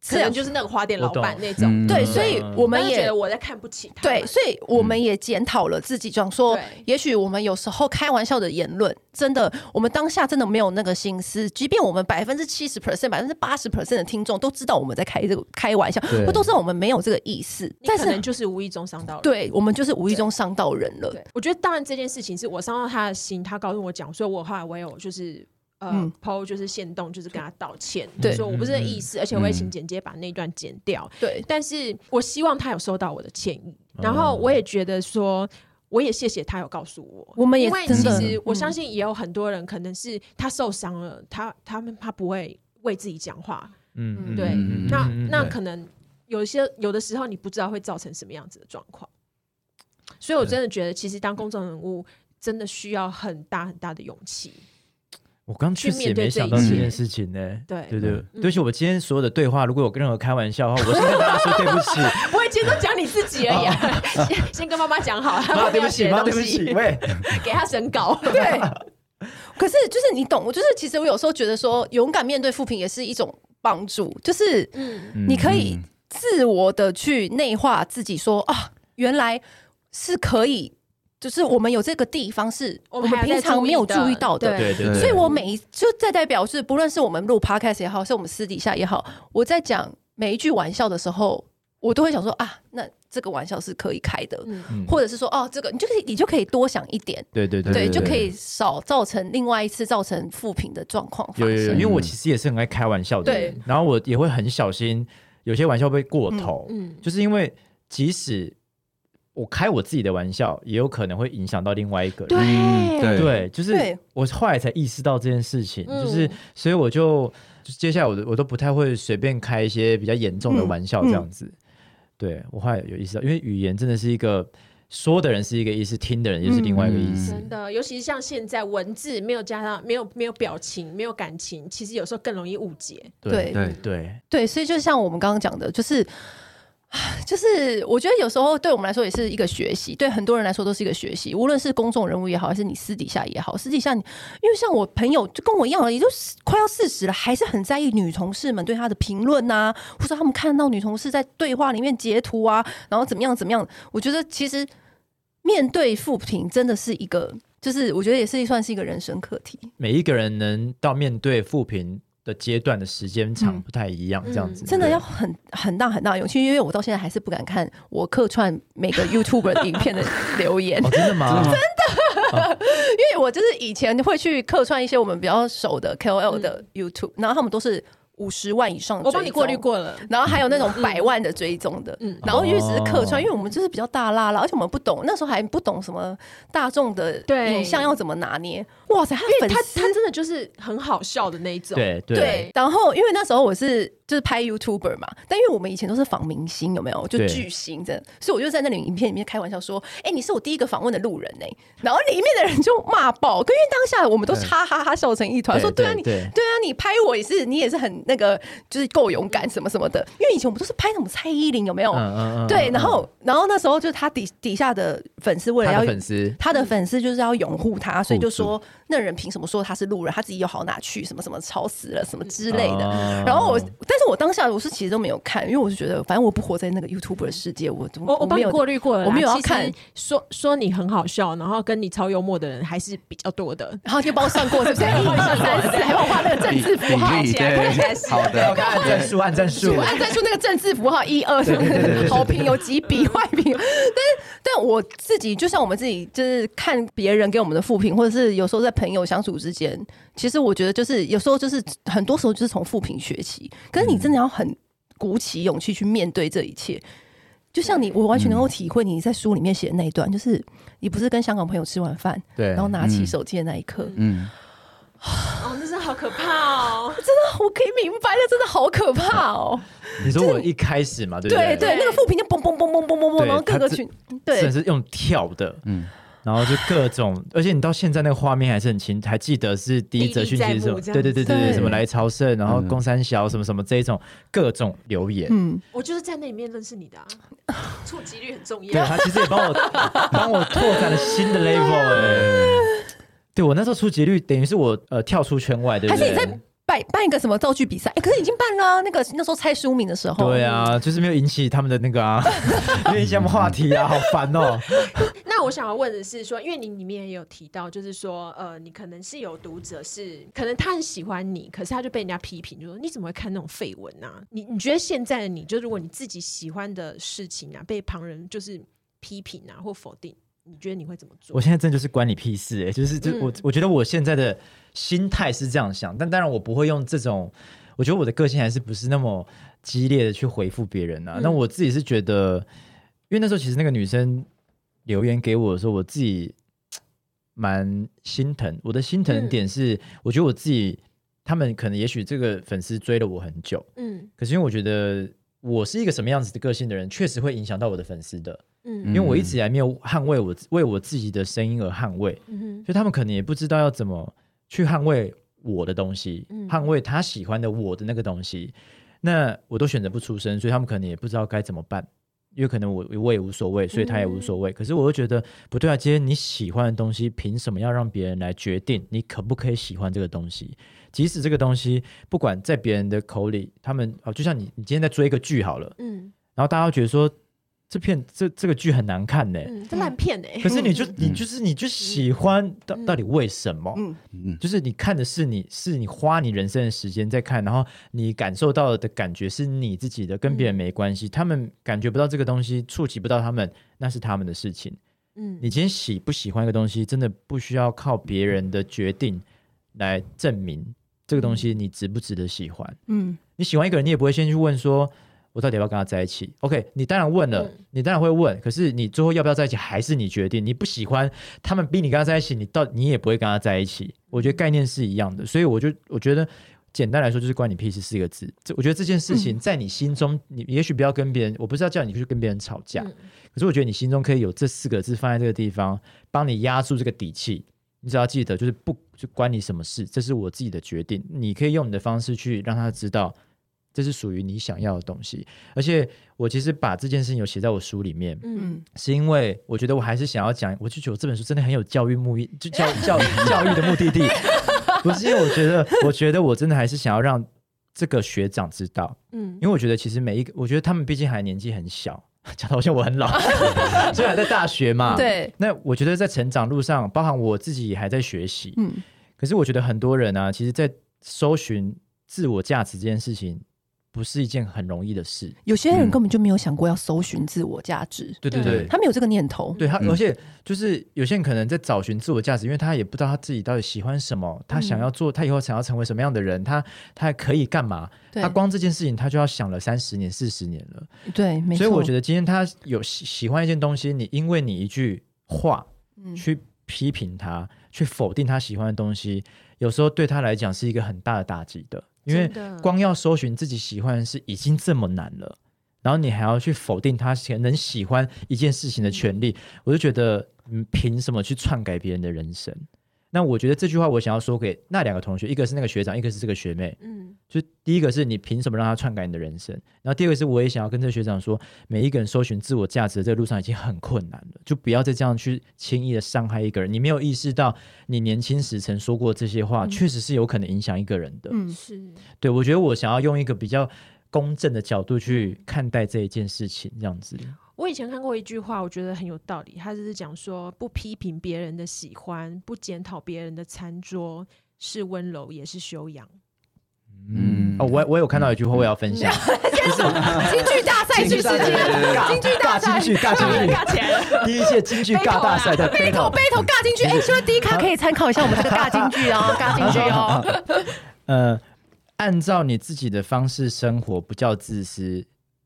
[SPEAKER 2] 可
[SPEAKER 3] 这
[SPEAKER 2] 能
[SPEAKER 3] 样
[SPEAKER 2] 就是那个花店
[SPEAKER 4] 我
[SPEAKER 2] 老板
[SPEAKER 4] 懂
[SPEAKER 2] 那种，
[SPEAKER 5] 嗯
[SPEAKER 3] 对，
[SPEAKER 4] 嗯
[SPEAKER 3] 所以我
[SPEAKER 2] 我
[SPEAKER 3] 们
[SPEAKER 2] 觉
[SPEAKER 3] 也
[SPEAKER 2] 得我在看不起他们。
[SPEAKER 3] 对，所以我们也检讨了自己，这样说
[SPEAKER 2] 对，
[SPEAKER 3] 也许我们有时候开玩笑的言论，真的，我们当下真的没有那个心思。即便我们百分之七十 percent、百分之八十 percent 的听众都知道我们在开这个开玩笑
[SPEAKER 4] 对，
[SPEAKER 3] 我都知道我们没有这个意思，
[SPEAKER 2] 你
[SPEAKER 3] 但
[SPEAKER 2] 可能
[SPEAKER 3] 是
[SPEAKER 2] 就是无意中伤到人。
[SPEAKER 3] 对我们就是无意中伤到人了。
[SPEAKER 2] 对，我觉得当然这件事情是我伤到他的心，他告诉我讲，所以我后来我有就是。呃
[SPEAKER 3] 嗯
[SPEAKER 2] ，PO 就是限动，就是跟他道歉，
[SPEAKER 3] 对嗯
[SPEAKER 2] 说我不是那意思，而且我会请剪接把那一段剪掉。
[SPEAKER 3] 对，哦
[SPEAKER 2] 但是我希望他有收到我的歉意，然后我也觉得说，我也谢谢他有告诉我，
[SPEAKER 3] 我们也
[SPEAKER 2] 因为
[SPEAKER 3] 真
[SPEAKER 2] 其
[SPEAKER 3] 的
[SPEAKER 2] 实我
[SPEAKER 3] 嗯
[SPEAKER 2] 相信也有很多人可能是他受伤了，他他们他不会为自己讲话，
[SPEAKER 4] 嗯，
[SPEAKER 2] 对
[SPEAKER 4] 嗯
[SPEAKER 2] 那
[SPEAKER 4] 嗯嗯
[SPEAKER 2] 那
[SPEAKER 4] 对
[SPEAKER 2] 可能有一些有的时候你不知道会造成什么样子的状况，所以我真的觉得其实当公众人物真的需要很大很大的勇气。
[SPEAKER 4] 我刚确实也没想到这件事情呢、
[SPEAKER 2] 对
[SPEAKER 4] 对对，
[SPEAKER 2] 嗯
[SPEAKER 4] 对不起，我今天所有的对话，如果有任何开玩笑的话，我先跟大家说对不起，
[SPEAKER 2] 我已经都讲你自己而已、啊，先 <laughs> 先跟妈妈讲好，
[SPEAKER 4] 哦妈
[SPEAKER 2] 后
[SPEAKER 4] 对
[SPEAKER 2] 面
[SPEAKER 4] 不
[SPEAKER 2] 要
[SPEAKER 4] 起，
[SPEAKER 2] 写
[SPEAKER 4] 妈
[SPEAKER 2] 东
[SPEAKER 4] 对不
[SPEAKER 2] 西
[SPEAKER 4] 起，，喂，
[SPEAKER 2] 给他审
[SPEAKER 4] <laughs>
[SPEAKER 2] 稿。
[SPEAKER 3] 对。 <laughs> 可是就是你懂，我就是其实我有时候觉得说，勇敢面对负评也是一种帮助，就是
[SPEAKER 2] 嗯，
[SPEAKER 3] 你可以自我的去内化自己说，啊，原来是可以，就是我们有这个地方是
[SPEAKER 2] 我
[SPEAKER 3] 我
[SPEAKER 2] 们
[SPEAKER 3] 们
[SPEAKER 2] 还有在
[SPEAKER 3] 平常没有
[SPEAKER 2] 注意的
[SPEAKER 3] 注意到的。
[SPEAKER 4] 对对对，
[SPEAKER 3] 所以我每一就在代表是，不论是我们录 podcast 也好，是我们私底下也好，我在讲每一句玩笑的时候，我都会想说啊，那这个玩笑是可以开的，
[SPEAKER 2] 嗯
[SPEAKER 4] 嗯
[SPEAKER 3] 或者是说哦，这个你就可以你就可以多想一点，
[SPEAKER 4] 对对对
[SPEAKER 3] 对，就可以少造成另外一次造成负评的状况发
[SPEAKER 4] 有有有，
[SPEAKER 3] 生。
[SPEAKER 4] 因为我其实也是很爱开玩笑的人
[SPEAKER 3] 对，
[SPEAKER 4] 然后我也会很小心，有些玩笑会过头，
[SPEAKER 2] 嗯，
[SPEAKER 4] 就是因为即使我开我自己的玩笑，也有可能会影响到另外一个人。
[SPEAKER 5] 嗯对
[SPEAKER 4] 对，就是
[SPEAKER 3] 对
[SPEAKER 4] 我后来才意识到这件事情，
[SPEAKER 2] 嗯
[SPEAKER 4] 就是所以我就就接下来我都我都不太会随便开一些比较严重的玩笑这样子。对我后来有意识到，因为语言真的是一个说的人是一个意思，听的人又是另外一个意思。
[SPEAKER 2] 真的，尤其是像现在文字没有加上没有没有表情没有感情，其实有时候更容易误解。
[SPEAKER 3] 对
[SPEAKER 4] 对
[SPEAKER 5] 对
[SPEAKER 4] 对
[SPEAKER 3] 对，所以就像我们刚刚讲的，就是就是我觉得有时候对我们来说也是一个学习，对很多人来说都是一个学习。无论是公众人物也好，还是你私底下也好，私底下你，因为像我朋友就跟我一样了，也就是快要四十了，还是很在意女同事们对他的评论呐，或者他们看到女同事在对话里面截图啊，然后怎么样怎么样。我觉得其实面对负评真的是一个，就是我觉得也是算是一个人生课题，
[SPEAKER 4] 每一个人能到面对负评的阶段的时间长不太一样，这样子
[SPEAKER 3] 嗯真的
[SPEAKER 4] 对
[SPEAKER 3] 要很很大很大的勇气，因为我到现在还是不敢看我客串每个 YouTuber 的影片的留
[SPEAKER 2] <laughs>
[SPEAKER 3] 言
[SPEAKER 4] 哦，。 <laughs> 真的吗？真的
[SPEAKER 3] 因为我就是以前会去客串一些我们比较熟的 KOL 的 YouTube，、然后他们都是五十万以上，
[SPEAKER 2] 嗯我帮你过滤。过了。
[SPEAKER 3] 然后还有那种百万的追踪的，
[SPEAKER 2] 嗯
[SPEAKER 3] 然后因为只是客
[SPEAKER 4] 哦
[SPEAKER 3] 串，因为我们就是比较大啦啦，而且我们不懂，那时候还不懂什么大众的
[SPEAKER 2] 对
[SPEAKER 3] 影像要怎么拿捏。哇塞，他的
[SPEAKER 2] 因为
[SPEAKER 3] 粉
[SPEAKER 2] 他
[SPEAKER 3] 丝
[SPEAKER 2] 他真的就是很好笑的那一种，
[SPEAKER 4] 对对
[SPEAKER 3] 对，然后因为那时候我是就是拍 YouTuber 嘛，但因为我们以前都是访明星，有没有？就
[SPEAKER 4] 对
[SPEAKER 3] 巨星这样，所以我就在那里影片里面开玩笑说：“哎、你是我第一个访问的路人呢、然后里面的人就骂爆，可因为当下我们都是哈哈哈笑成一团，
[SPEAKER 4] 嗯对
[SPEAKER 3] 说：“对啊，
[SPEAKER 4] 对
[SPEAKER 3] 你
[SPEAKER 4] 对
[SPEAKER 3] 对啊，你拍我也是，你也是很那个，就是够勇敢什么什么的。”因为以前我们都是拍那种蔡依林，有没有？
[SPEAKER 4] 嗯嗯
[SPEAKER 3] 对，然后然后那时后就是他底底下的粉丝为了
[SPEAKER 4] 他
[SPEAKER 3] 要
[SPEAKER 4] 的粉丝
[SPEAKER 3] 他
[SPEAKER 2] 嗯
[SPEAKER 3] 的粉丝就是要拥护他，所以就
[SPEAKER 4] 护住
[SPEAKER 3] 说那人凭什么说他是路人？他自己有好哪去？什么什么吵死了，什么之类的。
[SPEAKER 2] 啊
[SPEAKER 4] 哦
[SPEAKER 3] 然后我，但是我当下我是其实都没有看，因为我是觉得反正我不活在那个 YouTube 的世界，我
[SPEAKER 2] 哦我我帮
[SPEAKER 3] 没
[SPEAKER 2] 你
[SPEAKER 3] 有
[SPEAKER 2] 过滤过了啦，
[SPEAKER 3] 我没有要
[SPEAKER 2] 其实
[SPEAKER 3] 看
[SPEAKER 2] 说说你很好笑，然后跟你超幽默的人还是比较多的。
[SPEAKER 3] 然后就帮我算
[SPEAKER 2] <laughs>
[SPEAKER 3] 过是不是？一二三四，还帮我画那个政
[SPEAKER 5] 比
[SPEAKER 3] 治符号
[SPEAKER 5] 比例
[SPEAKER 3] 起来，看起来
[SPEAKER 5] 对，
[SPEAKER 3] 是
[SPEAKER 5] 好的，
[SPEAKER 4] 按战术，按战术
[SPEAKER 3] 我按算出那个政治符号一二什么的，好评有几笔，坏评。但是，但我自己就像我们自己，就是看别人给我们的负评，或者是有时候在朋友相处之间，其实我觉得就是有时候就是很多时候就是从负评学习。可是你真的要很鼓起勇气去面对这一切。就像你，我完全能够体会你在书里面写的那一段，就是你不是跟香港朋友吃完饭，
[SPEAKER 4] 对
[SPEAKER 3] 然后拿起手机的那一刻， <laughs>
[SPEAKER 5] 嗯，
[SPEAKER 2] 哦，那是好可怕哦！
[SPEAKER 3] 我可以明白，那真的好可怕哦。
[SPEAKER 4] 你说我一开始嘛，对不
[SPEAKER 3] 对
[SPEAKER 4] 对
[SPEAKER 3] 对，那个负评就嘣嘣嘣嘣嘣嘣嘣，
[SPEAKER 4] 对
[SPEAKER 3] 然后各个
[SPEAKER 4] 它
[SPEAKER 3] 群
[SPEAKER 4] 甚
[SPEAKER 3] 对
[SPEAKER 4] 至用跳的，
[SPEAKER 5] 嗯
[SPEAKER 4] 嗯，然后就各种，而且你到现在那个画面还是很清，还记得是第一则讯息是什
[SPEAKER 2] 历历
[SPEAKER 4] 么？
[SPEAKER 2] 在目
[SPEAKER 4] 对对对对
[SPEAKER 3] 这样
[SPEAKER 4] 对，
[SPEAKER 3] 子
[SPEAKER 4] 什么来朝圣，然后
[SPEAKER 5] 嗯
[SPEAKER 4] 宫三小什么什么这一种各种留言。
[SPEAKER 3] 嗯，
[SPEAKER 2] <laughs> 我就是在那里面认识你的、啊，触及率很重
[SPEAKER 4] 对啊
[SPEAKER 2] 要。
[SPEAKER 4] 他其实也帮我帮我拓展了
[SPEAKER 3] <laughs>
[SPEAKER 4] 新的
[SPEAKER 3] 啊
[SPEAKER 4] level 哎、对我那时候出及率等于是我呃跳出圈外，对
[SPEAKER 3] 还
[SPEAKER 4] 不
[SPEAKER 3] 是
[SPEAKER 4] 对
[SPEAKER 3] 你？在办办一个什么造句比赛？哎、可是已经办了啊、那个那时候猜书名的时候，
[SPEAKER 4] 对，啊，就是没有引起他们的那
[SPEAKER 3] <laughs>
[SPEAKER 4] 个啊， <laughs> 没有引起他们话题啊，好烦哦、
[SPEAKER 2] 那我想要问的是说，因为你里面也有提到，就是说，呃，你可能是有读者是，可能他很喜欢你，可是他就被人家批评，就说你怎么会看那种绯闻啊？你你觉得现在的你，就如果你自己喜欢的事情啊，被旁人就是批评啊或否定，你觉得你会怎么做
[SPEAKER 4] 我？现在真的就是关你屁事哎、就是就
[SPEAKER 2] 嗯
[SPEAKER 4] 我我觉得我现在的心态是这样想，但当然我不会用这种，我觉得我的个性还是不是那么激烈的去回复别人啊。那、
[SPEAKER 2] 嗯
[SPEAKER 4] 我自己是觉得，因为那时候其实那个女生留言给我的时候，我自己嘖蛮心疼。我的心疼
[SPEAKER 2] 嗯
[SPEAKER 4] 点是，我觉得我自己他们可能也许这个粉丝追了我很久，
[SPEAKER 2] 嗯
[SPEAKER 4] 可是因为我觉得我是一个什么样子的个性的人，确实会影响到我的粉丝的。
[SPEAKER 2] 嗯
[SPEAKER 4] 因为我一直以来没有捍卫我为我自己的声音而捍卫，
[SPEAKER 2] 嗯哼
[SPEAKER 4] 所以他们可能也不知道要怎么去捍卫我的东西，
[SPEAKER 2] 嗯
[SPEAKER 4] 捍卫他喜欢的我的那个东西。那我都选择不出声，所以他们可能也不知道该怎么办，因为可能我我也无所谓，所以他也无
[SPEAKER 2] 嗯
[SPEAKER 4] 所谓。可是我又觉得不对啊，今天你喜欢的东西，凭什么要让别人来决定你可不可以喜欢这个东西？即使这个东西不管在别人的口里，他们哦，就像你你今天在追一个剧好了，
[SPEAKER 2] 嗯
[SPEAKER 4] 然后大家会觉得说这片这这个剧很难看呢、
[SPEAKER 2] 嗯，这烂片哎、
[SPEAKER 4] 可是你就你就是你就喜欢到到底为什么？
[SPEAKER 3] 嗯
[SPEAKER 5] 嗯
[SPEAKER 4] 就是你看的是你是你花你人生的时间在看，然后你感受到的感觉是你自己的，跟别人没关系。他们感觉不到这个东西，触及不到他们，那是他们的事情。
[SPEAKER 2] 嗯
[SPEAKER 4] 你今天喜不喜欢一个东西，真的不需要靠别人的决定来证明这个东西你值不值得喜欢。
[SPEAKER 3] 嗯，
[SPEAKER 4] 你喜欢一个人，你也不会先去问说，我到底要不要跟他在一起？OK，你当然问了，
[SPEAKER 2] 嗯
[SPEAKER 4] 你当然会问，可是你最后要不要在一起还是你决定。你不喜欢他们逼你跟他在一起，你到你也不会跟他在一起。我觉得概念是一样的，所以我就我觉得。简单来说，就是关你屁事四个字。这我觉得这件
[SPEAKER 2] 嗯
[SPEAKER 4] 事情在你心中，你也许不要跟别人，我不是要叫你去跟别人吵架，
[SPEAKER 2] 嗯
[SPEAKER 4] 可是我觉得你心中可以有这四个字放在这个地方，帮你压住这个底气。你只要记得，就是不就关你什么事，这是我自己的决定。你可以用你的方式去让他知道，这是属于你想要的东西。而且我其实把这件事情有写在我书里面，
[SPEAKER 2] 嗯，
[SPEAKER 4] 是因为我觉得我还是想要讲，我就觉得这本书真的很有教育目的，就教教教育的目的地。不是因为我觉得，我觉得我真的还是想要让这个学长知道，
[SPEAKER 2] 嗯，
[SPEAKER 4] 因为我觉得其实每一个，我觉得他们毕竟还年纪很小，讲的好像
[SPEAKER 3] <laughs>
[SPEAKER 4] 我很老，虽然还在大学嘛。。
[SPEAKER 3] 对，
[SPEAKER 4] 那我觉得在成长路上，包含我自己也还在学习，
[SPEAKER 3] 嗯，
[SPEAKER 4] 可是我觉得很多人啊，其实，在搜寻自我价值这件事情，不是一件很容易的事。
[SPEAKER 1] 有些
[SPEAKER 5] 人
[SPEAKER 1] 人
[SPEAKER 5] 根
[SPEAKER 1] 根本就没有想过要搜寻自我价值，
[SPEAKER 4] 嗯对
[SPEAKER 2] 对
[SPEAKER 4] 对，
[SPEAKER 1] 他们有这个念头。
[SPEAKER 4] 对他，
[SPEAKER 5] 嗯
[SPEAKER 4] 而且就是有些人可能在找寻自我价值，因为他也不知道他自己到底喜欢什么，他
[SPEAKER 3] 嗯
[SPEAKER 4] 想要做，他以后想要成为什么样的人，他他可以干嘛？
[SPEAKER 3] 对
[SPEAKER 4] 他光这件事情他就要想了三十年、四十年了。
[SPEAKER 1] 对，没错。
[SPEAKER 4] 所以我觉得今天他有喜喜欢一件东西，你因为你一句话去批评他，去否定他喜欢的东西，有时候对他来讲是一个很大的打击的，因为
[SPEAKER 2] 真的
[SPEAKER 4] 光要搜寻自己喜欢的事已经这么难了，然后你还要去否定他能喜欢一件事情的权利，我就觉得，嗯，凭什么去篡改别人的人生？那我觉得这句话我想要说给那两个同学，一个是那个学长，一个是这个学妹，
[SPEAKER 2] 嗯，
[SPEAKER 4] 就第一个是你凭什么让他篡改你的人生？然后第二个是我也想要跟这个学长说，每一个人搜寻自我价值的这个路上已经很困难了，就不要再这样去轻易的伤害一个人。你没有意识到你年轻时曾说过这些话，确实是有可能影响一个人的。
[SPEAKER 3] 嗯
[SPEAKER 2] 是
[SPEAKER 4] 对我觉得我想要用一个比较公正的角度去看待这一件事情，这样子。
[SPEAKER 2] 我以前看过一句话，我觉得很有道理。他就是讲说，不批评别人的喜欢，不检讨别人的餐桌，是温柔也是修养。
[SPEAKER 4] 嗯，
[SPEAKER 5] 嗯
[SPEAKER 4] 哦，我我有看到一句话，我也要分享，
[SPEAKER 3] 京剧大赛去
[SPEAKER 2] <laughs>
[SPEAKER 3] 世界，京剧大赛
[SPEAKER 4] 尬京剧，尬京剧，
[SPEAKER 2] 尬起来
[SPEAKER 3] <laughs>
[SPEAKER 2] 了，
[SPEAKER 4] 第一届京剧尬大赛的
[SPEAKER 3] 背头
[SPEAKER 4] battle。
[SPEAKER 3] 背头尬进去，哎，希望第一卡可以参考一下我们这个尬进去哦，尬进去哦，
[SPEAKER 4] 呃，按照你自己的方式生活不叫自私，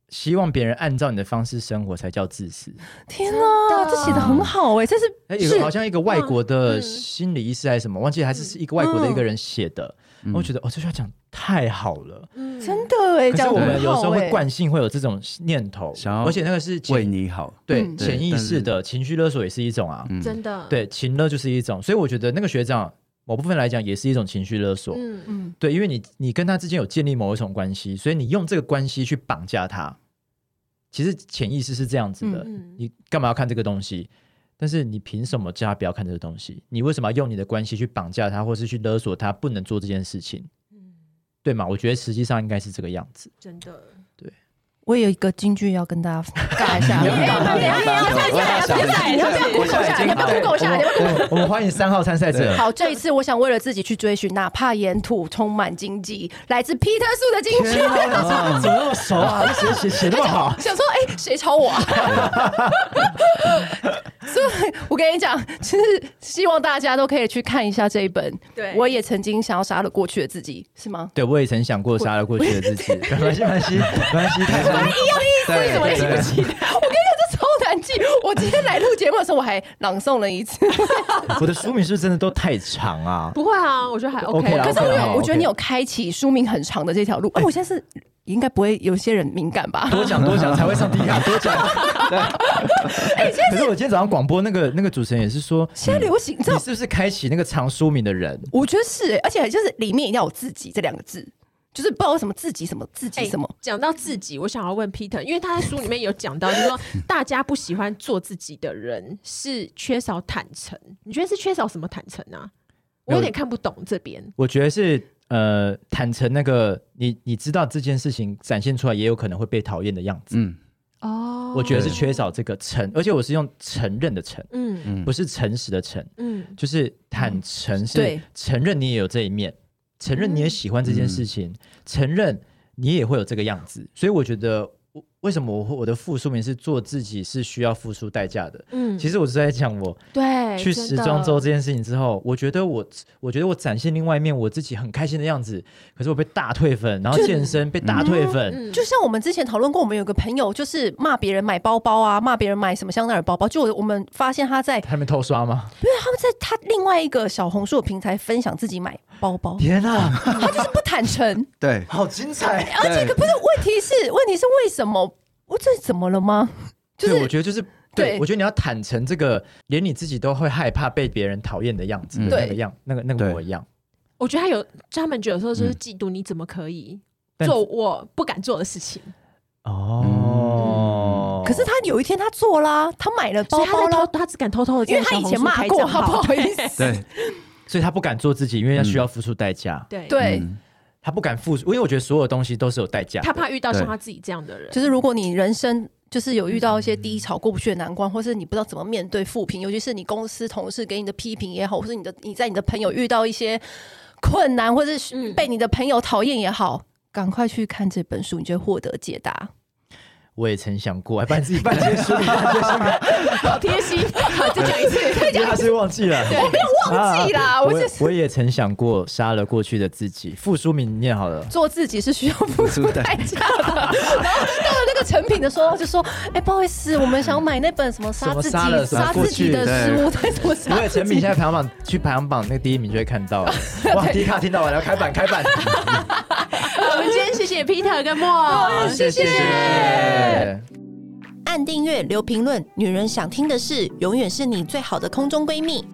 [SPEAKER 4] 希望别人按照你的方式生活才叫自私。
[SPEAKER 3] 天哪，这写的很好哎，这是
[SPEAKER 4] 哎，有个好像一个外国的
[SPEAKER 2] 嗯
[SPEAKER 4] 心理医师还是什么，忘记还是是一个外国的一个人写的。我觉得哦，这句话讲太好了。
[SPEAKER 2] 嗯，
[SPEAKER 3] 真的哎，
[SPEAKER 4] 可是
[SPEAKER 3] 讲
[SPEAKER 4] 我
[SPEAKER 3] 得很
[SPEAKER 4] 们有时候
[SPEAKER 3] 好
[SPEAKER 4] 会
[SPEAKER 3] 哎
[SPEAKER 4] 惯性会有这种念头
[SPEAKER 5] 想，要
[SPEAKER 4] 而且那个是潜
[SPEAKER 5] 为你好，
[SPEAKER 4] 对
[SPEAKER 3] 嗯
[SPEAKER 5] 对
[SPEAKER 4] 潜意
[SPEAKER 5] 但
[SPEAKER 4] 识
[SPEAKER 5] 是
[SPEAKER 4] 的情绪勒索也是一种啊。
[SPEAKER 5] 嗯
[SPEAKER 2] 真的，
[SPEAKER 4] 对，情勒就是一种，所以我觉得那个学长某部分来讲也是一种情绪勒索。
[SPEAKER 2] 嗯，嗯，
[SPEAKER 3] 嗯，
[SPEAKER 4] 对，因为你你跟他之间有建立某一种关系，所以你用这个关系去绑架他，其实潜意识是这样子的。
[SPEAKER 2] 嗯嗯
[SPEAKER 4] 你干嘛要看这个东西？但是你凭什么叫他不要看这个东西？你为什么要用你的关系去绑架他，或是去勒索他不能做这件事情？对吗？我觉得实际上应该是这个样子。
[SPEAKER 2] 真的，
[SPEAKER 1] 我有一个京剧要跟大家尬一
[SPEAKER 4] <laughs>
[SPEAKER 1] 下，
[SPEAKER 5] 我现在已经
[SPEAKER 3] 对
[SPEAKER 4] 我
[SPEAKER 3] 够吓你
[SPEAKER 4] 们我们我们欢迎三号参赛者。
[SPEAKER 3] 好，这一次我想为了自己去追寻，哪怕沿途充满荆棘，来自皮特树的荆棘。
[SPEAKER 4] 怎么那么熟啊？写写写那么好，
[SPEAKER 3] 想说，哎、谁抄我 <laughs> 啊？所以，我跟你讲，其实希望大家都可以去看一下这一本。
[SPEAKER 2] 对
[SPEAKER 3] 我也曾经想要杀了过去的自己，是吗？ <laughs>
[SPEAKER 4] 对，我也曾想过杀了过去的自己。 <laughs> 没关系，没关系，没关系。开心
[SPEAKER 5] 对
[SPEAKER 3] 我也记不
[SPEAKER 5] 对
[SPEAKER 3] 起来。我跟你讲，这超难记。我今天来录节目的时候，我还朗诵了一次。
[SPEAKER 4] 我的书名是不是真的都太长啊？
[SPEAKER 2] 不会啊，我觉得还
[SPEAKER 4] OK
[SPEAKER 2] 啦
[SPEAKER 4] 啦
[SPEAKER 3] <laughs> 可是我
[SPEAKER 4] OK
[SPEAKER 3] 有
[SPEAKER 4] 啦，
[SPEAKER 3] 我觉
[SPEAKER 4] OK
[SPEAKER 3] 得你有开启书名很长的这条路。哎、我现在是应该不会有些人敏感吧？
[SPEAKER 4] <laughs> 多讲多讲才会上第一卡，多讲。 <laughs> 可是我今天早上广播那个那个主持人也是说，
[SPEAKER 3] <laughs> 现在流行，你知
[SPEAKER 4] 你
[SPEAKER 3] 道
[SPEAKER 4] 是不是开启那个藏书名的人？
[SPEAKER 3] 我觉得是、欸，而且就是里面一定要有“自己”这两个字，就是不知道为什么自己什么自己
[SPEAKER 2] 哎
[SPEAKER 3] 什么。
[SPEAKER 2] 讲到自己，我想要问 Peter，因为他在书里面有讲到，就是说
[SPEAKER 4] 嗯
[SPEAKER 2] 大家不喜欢做自己的人是缺少坦诚。你觉得是缺少什么坦诚啊？我有点看不懂这边。
[SPEAKER 4] 我觉得是呃，坦诚那个你你知道这件事情展现出来，也有可能会被讨厌的样子。
[SPEAKER 5] 嗯
[SPEAKER 2] 哦
[SPEAKER 4] 我觉得是缺少这个承，而且我是用承认的承，
[SPEAKER 2] 嗯
[SPEAKER 5] 嗯
[SPEAKER 4] 不是诚实的诚，
[SPEAKER 2] 嗯
[SPEAKER 4] 就是坦诚是
[SPEAKER 3] 对
[SPEAKER 4] 承认你也有这一面，承认你也喜欢这件
[SPEAKER 2] 嗯
[SPEAKER 4] 事情，承认你也会有这个样子。所以我觉得。我为什么我我的副书名是做自己是需要付出代价的？
[SPEAKER 2] 嗯，
[SPEAKER 4] 其实我是在讲我
[SPEAKER 2] 对
[SPEAKER 4] 去
[SPEAKER 2] 真
[SPEAKER 4] 时
[SPEAKER 2] 的
[SPEAKER 4] 装周这件事情之后，我觉得我我觉得我展现另外一面我自己很开心的样子，可是我被大退粉，然后健身被大退粉，
[SPEAKER 2] 嗯
[SPEAKER 3] 就像我们之前讨论过，我们有个朋友就是骂别人买包包啊，骂别人买什么香奈儿包包，就我们发现他在
[SPEAKER 4] 他们偷刷吗？
[SPEAKER 3] 他们在他另外一个小红书的平台分享自己买包包，
[SPEAKER 4] 天啊，
[SPEAKER 3] <laughs> 他就是不坦 <laughs> 诚。
[SPEAKER 5] 对，
[SPEAKER 4] 好精彩！
[SPEAKER 3] 而且可不是问题是问题是为什么？我这怎么了吗？就
[SPEAKER 4] 对，我
[SPEAKER 3] 是
[SPEAKER 4] 觉得就是。
[SPEAKER 3] 对
[SPEAKER 4] 对，我觉得你要坦诚这个，连你自己都会害怕被别人讨厌的样子，
[SPEAKER 5] 嗯
[SPEAKER 4] 那个
[SPEAKER 3] 对
[SPEAKER 4] 样，那个那个
[SPEAKER 5] 对
[SPEAKER 4] 模样。
[SPEAKER 2] 我觉得他有，他们有时候就是嫉妒，你怎么可以？
[SPEAKER 4] 嗯但
[SPEAKER 2] 做我不敢做的事情，
[SPEAKER 4] 哦，
[SPEAKER 3] 嗯可是他有一天他做啦，他买了包
[SPEAKER 2] 所以
[SPEAKER 3] 包
[SPEAKER 2] 他在
[SPEAKER 3] 啦
[SPEAKER 2] 偷，，他只敢偷偷的，
[SPEAKER 3] 因为他以前骂过，好不好意？思？
[SPEAKER 5] 对
[SPEAKER 4] 所以他不敢做自己，因为他需要付出代价，
[SPEAKER 2] 对，
[SPEAKER 3] <laughs> 对，
[SPEAKER 5] 嗯
[SPEAKER 4] 他不敢付出，因为我觉得所有东西都是有代价的。
[SPEAKER 2] 他怕遇到像
[SPEAKER 5] 对
[SPEAKER 2] 他自己这样的嗯人，
[SPEAKER 3] 就是如果你人生就是有遇到一些低潮过不去的难关，或是你不知道怎么面对负评，尤其是你公司同事给你的批评也好，或是你的你在你的朋友遇到一些困难，或是
[SPEAKER 2] 嗯
[SPEAKER 3] 被你的朋友讨厌也好，赶快去看这本书，你就会获得解答。
[SPEAKER 4] 我也曾想过，还帮你自己办结
[SPEAKER 3] <laughs>
[SPEAKER 4] 束，你办结束，
[SPEAKER 2] 好贴心，好再讲一次，
[SPEAKER 4] 因为 <laughs> 他是忘记了，我没有
[SPEAKER 3] 忘记啦我
[SPEAKER 4] 我也
[SPEAKER 3] 就是
[SPEAKER 4] 我也曾想过杀了过去的自己，副书名念好了。
[SPEAKER 3] 做自己是需要付出
[SPEAKER 5] 付出
[SPEAKER 3] 代
[SPEAKER 5] 代
[SPEAKER 3] 价的。 <laughs> 然后到了那个成品的时候，就说：“哎、不好意思，我们想买那本什么杀
[SPEAKER 4] 什么
[SPEAKER 3] 自己、
[SPEAKER 4] 杀了什么
[SPEAKER 3] 杀
[SPEAKER 4] 过
[SPEAKER 3] 自己
[SPEAKER 4] 去
[SPEAKER 3] 的
[SPEAKER 5] 对
[SPEAKER 3] 书，对，什么
[SPEAKER 4] 因
[SPEAKER 3] 杀
[SPEAKER 4] 为
[SPEAKER 3] 自
[SPEAKER 4] 陈敏
[SPEAKER 3] 己。
[SPEAKER 4] 现在排行榜去排行榜那个第一名就会看
[SPEAKER 3] <laughs>
[SPEAKER 4] 到了，哇！迪卡听到完了，开板开板，
[SPEAKER 2] 我们今天谢谢 Peter 跟莫，
[SPEAKER 4] 谢谢。
[SPEAKER 1] 按订阅，留评论，女人想听的事，永远是你最好的空中闺蜜。